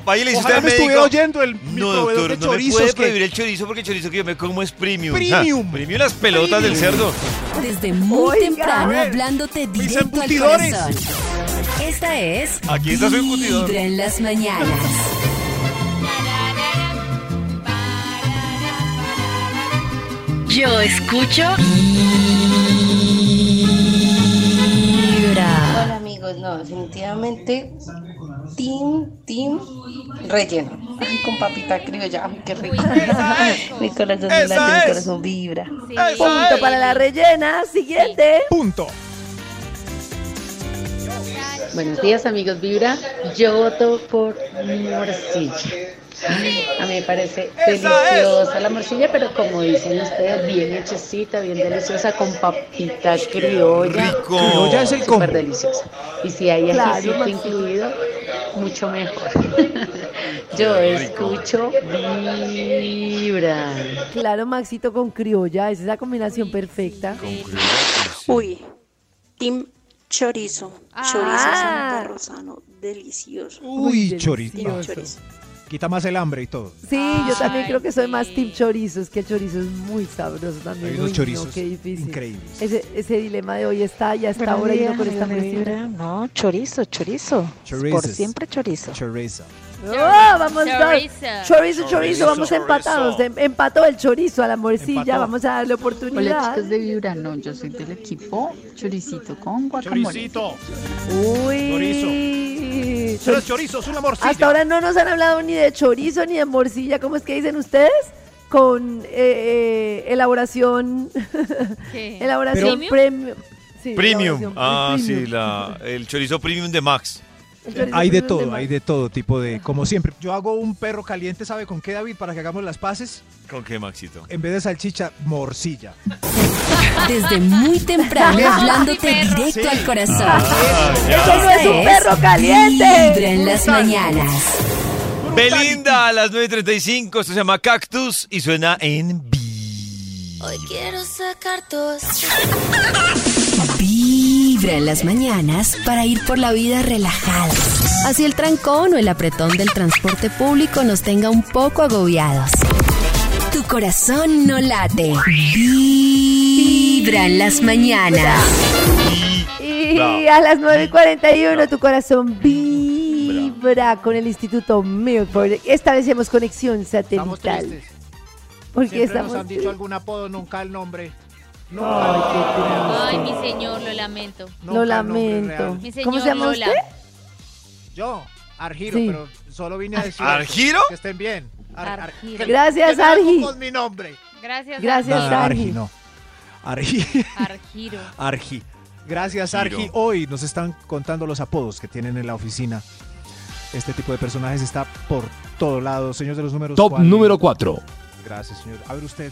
Speaker 4: Vaya, le dice usted
Speaker 6: Ojalá
Speaker 4: al
Speaker 6: me estuviera
Speaker 4: médico.
Speaker 6: oyendo el mi
Speaker 4: No,
Speaker 6: proveedor
Speaker 4: doctor,
Speaker 6: de
Speaker 4: no me
Speaker 6: chorizos
Speaker 4: puede
Speaker 6: que-
Speaker 4: prohibir el chorizo porque el chorizo que yo me como es premium.
Speaker 6: Premium.
Speaker 4: Ah, Premium las pelotas del cerdo.
Speaker 7: Desde muy
Speaker 3: Oiga.
Speaker 7: temprano hablándote directo al corazón. Esta es
Speaker 4: Aquí está su embutidor.
Speaker 7: Vibra en las mañanas. Yo escucho Vibra.
Speaker 27: Hola amigos, no, definitivamente Team, Team Relleno. Ay, con papita criolla, ay, qué
Speaker 28: [laughs]
Speaker 27: rico. Mi corazón
Speaker 3: Esa
Speaker 27: late, mi
Speaker 3: es.
Speaker 27: corazón vibra.
Speaker 3: Punto para la rellena. Siguiente.
Speaker 6: Punto.
Speaker 29: Buenos días amigos Vibra, yo voto por morcilla.
Speaker 27: A mí me parece deliciosa la morcilla, pero como dicen ustedes, bien hechecita, bien deliciosa, con papita criolla.
Speaker 6: Rico. Criolla es el
Speaker 27: Súper
Speaker 6: combo.
Speaker 27: deliciosa. Y si hay
Speaker 6: Claro,
Speaker 27: ajicito
Speaker 6: Maxi.
Speaker 27: incluido, mucho mejor. [laughs] Yo escucho vibra.
Speaker 3: Claro, Maxito con criolla, esa es la combinación perfecta.
Speaker 28: Uy, Tim Chorizo. Chorizo
Speaker 3: Ah,
Speaker 28: Santa Rosano. Delicioso.
Speaker 6: Uy,
Speaker 28: Team
Speaker 6: chorito.
Speaker 28: Chorizo.
Speaker 6: Quita más el hambre y todo.
Speaker 3: Sí, yo también creo que soy más team chorizo, es que el chorizo es muy sabroso también.
Speaker 6: Hay
Speaker 3: Uy,
Speaker 6: unos
Speaker 3: no,
Speaker 6: chorizos
Speaker 3: qué difícil.
Speaker 6: increíbles.
Speaker 3: Ese, ese dilema de hoy está, ya está
Speaker 29: Buenos
Speaker 3: ahora y no
Speaker 29: días,
Speaker 3: con esta
Speaker 29: Radio Vibra.
Speaker 3: medida.
Speaker 29: No, chorizo, chorizo. Por
Speaker 6: Chorizos.
Speaker 29: siempre chorizo.
Speaker 6: Chorizo.
Speaker 3: ¡Oh, vamos
Speaker 29: Chorizo.
Speaker 3: dos! Chorizo, chorizo,
Speaker 29: Chorizo,
Speaker 3: vamos empatados. Em- Empató el chorizo a la morcilla,
Speaker 29: Empató.
Speaker 3: vamos a darle
Speaker 24: Hola
Speaker 3: oportunidad.
Speaker 24: chicos de Vibra, no, yo soy del equipo Choricito con guacamole.
Speaker 3: Choricito. Uy.
Speaker 24: Chorizo.
Speaker 3: Chor-
Speaker 24: Tres chorizos, una morcilla.
Speaker 3: Hasta ahora no nos han hablado ni de chorizo ni de morcilla, ¿cómo es que dicen ustedes? Con eh, eh, elaboración. [laughs] elaboración
Speaker 5: ¿Premium?
Speaker 3: premium. Sí,
Speaker 4: Premium.
Speaker 3: elaboración
Speaker 4: Ah,
Speaker 3: premium.
Speaker 4: sí, la, el chorizo premium de Max.
Speaker 6: Eh, Hay de todo, hay de todo tipo de, como siempre. Yo hago un perro caliente, ¿sabe con qué, David? Para que hagamos las paces.
Speaker 4: ¿Con qué, Maxito?
Speaker 6: En vez de salchicha, morcilla.
Speaker 2: Desde muy temprano,
Speaker 6: Sí,
Speaker 2: hablándote
Speaker 6: perro.
Speaker 2: directo
Speaker 6: Sí.
Speaker 2: al corazón.
Speaker 4: Ah, ya.
Speaker 2: Esta
Speaker 4: Eso no es un perro caliente.
Speaker 2: Vibra en las mañanas.
Speaker 4: Belinda a las 9.35. Esto se llama Cactus y suena en vivo.
Speaker 2: Hoy quiero sacar dos. Vibra en las mañanas para ir por la vida relajada. Así el trancón o el apretón del transporte público nos tenga un poco agobiados. Tu corazón no late. Vibra en las mañanas.
Speaker 3: Y a las 9.41 tu corazón vibra con el Instituto Milford. Esta vez hacemos conexión satelital.
Speaker 26: tristes.
Speaker 3: Porque
Speaker 26: Siempre
Speaker 3: estamos...
Speaker 26: nos han dicho algún apodo, nunca el nombre.
Speaker 3: Ay,
Speaker 5: Ay, mi señor, lo lamento.
Speaker 3: Lo lamento.
Speaker 26: real. Mi
Speaker 3: ¿Cómo se
Speaker 26: señor
Speaker 3: llama
Speaker 26: Lola.
Speaker 3: usted?
Speaker 26: Yo, Argiro,
Speaker 3: Sí.
Speaker 26: pero solo vine a decir.
Speaker 4: ¿Argiro?
Speaker 26: Que estén bien. Ar- ar- que-
Speaker 3: Gracias,
Speaker 26: que no hago
Speaker 3: Argi.
Speaker 26: Con mi nombre.
Speaker 5: Gracias.
Speaker 3: Gracias,
Speaker 6: Nah,
Speaker 3: Argi.
Speaker 6: Argi, no. Argi.
Speaker 5: Argiro.
Speaker 6: Argi. Gracias, Argi. Hoy nos están contando los apodos que tienen en la oficina. Este tipo de personajes está por todo lado. Señor de los números.
Speaker 13: Top
Speaker 6: ¿cuál?
Speaker 13: número 4.
Speaker 6: Gracias, señor. A ver usted.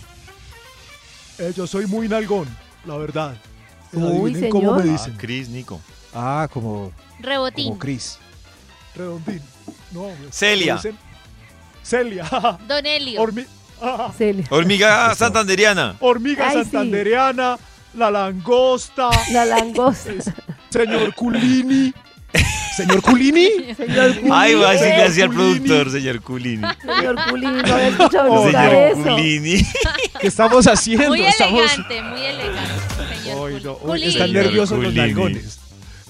Speaker 6: Eh, yo soy muy nalgón, la verdad. Eh, adivinen ¿Cómo me dicen?
Speaker 4: Ah, Cris, Nico.
Speaker 6: Ah, como,
Speaker 5: Rebotín.
Speaker 6: como Cris. Redondín. No, hombre.
Speaker 4: Celia.
Speaker 6: Me dicen
Speaker 26: [laughs]
Speaker 6: Celia.
Speaker 5: Don Elio.
Speaker 6: Hormi-
Speaker 3: Celia.
Speaker 6: [laughs]
Speaker 4: Hormiga santanderiana.
Speaker 6: Hormiga
Speaker 5: Ay, sí.
Speaker 6: santandereana, la langosta.
Speaker 3: La langosta.
Speaker 6: Señor Culini. ¿Señor Culini?
Speaker 3: Señor
Speaker 4: Ay, va a decir
Speaker 6: Señor
Speaker 4: gracias al
Speaker 6: eh, Culini.
Speaker 4: productor, señor Culini.
Speaker 3: Señor Culini, no había escuchado nunca
Speaker 4: Señor
Speaker 3: eso.
Speaker 5: [laughs]
Speaker 4: Culini.
Speaker 6: ¿Qué estamos haciendo?
Speaker 5: Muy
Speaker 6: estamos...
Speaker 5: elegante, muy elegante. Señor
Speaker 6: Hoy no, hoy
Speaker 5: Culini.
Speaker 6: están
Speaker 4: Señor
Speaker 6: nerviosos los
Speaker 4: Culini.
Speaker 6: dalgones.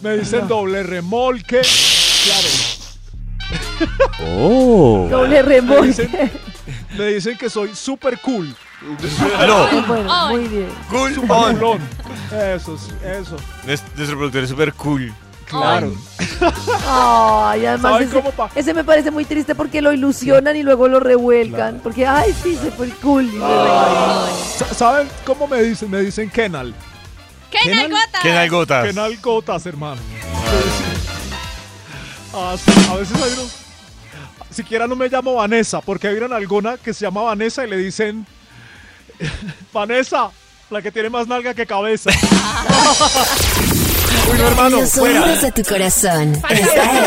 Speaker 6: Me dicen doble remolque. Claro.
Speaker 8: Oh.
Speaker 3: Doble remolque.
Speaker 6: Me dicen, me dicen que soy super cool.
Speaker 4: No.
Speaker 3: Bueno, muy bien.
Speaker 4: Cool
Speaker 6: Super
Speaker 4: on.
Speaker 6: coolón. Eso, sí, eso.
Speaker 4: Nues- Nuestro productor es súper cool.
Speaker 6: Claro.
Speaker 3: Ay, además
Speaker 6: ¿Saben
Speaker 3: ese, ese me parece muy triste porque lo ilusionan y luego lo revuelcan. Porque, ay, sí, se fue el cool. y lo revuelcan.
Speaker 6: Sa- ¿Saben cómo me dicen? Me dicen Kenal.
Speaker 5: Kenal Gotas.
Speaker 4: Kenal Gotas.
Speaker 6: Kenal Gotas, hermano. Ah, sí, A veces hay unos... Siquiera no me llamo Vanessa, porque hay una alguna que se llama Vanessa y le dicen... [laughs] Vanessa, la que tiene más nalga que cabeza. [laughs] Uy, no, hermano,
Speaker 2: Los
Speaker 6: fuera.
Speaker 2: oídos de tu corazón. Esta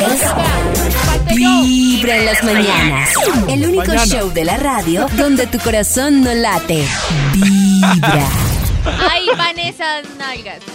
Speaker 2: es Vibra en las mañanas. El único
Speaker 5: Mañana.
Speaker 2: show de la radio donde tu corazón no late. Vibra.
Speaker 5: Ay, Vanessa Nalgas.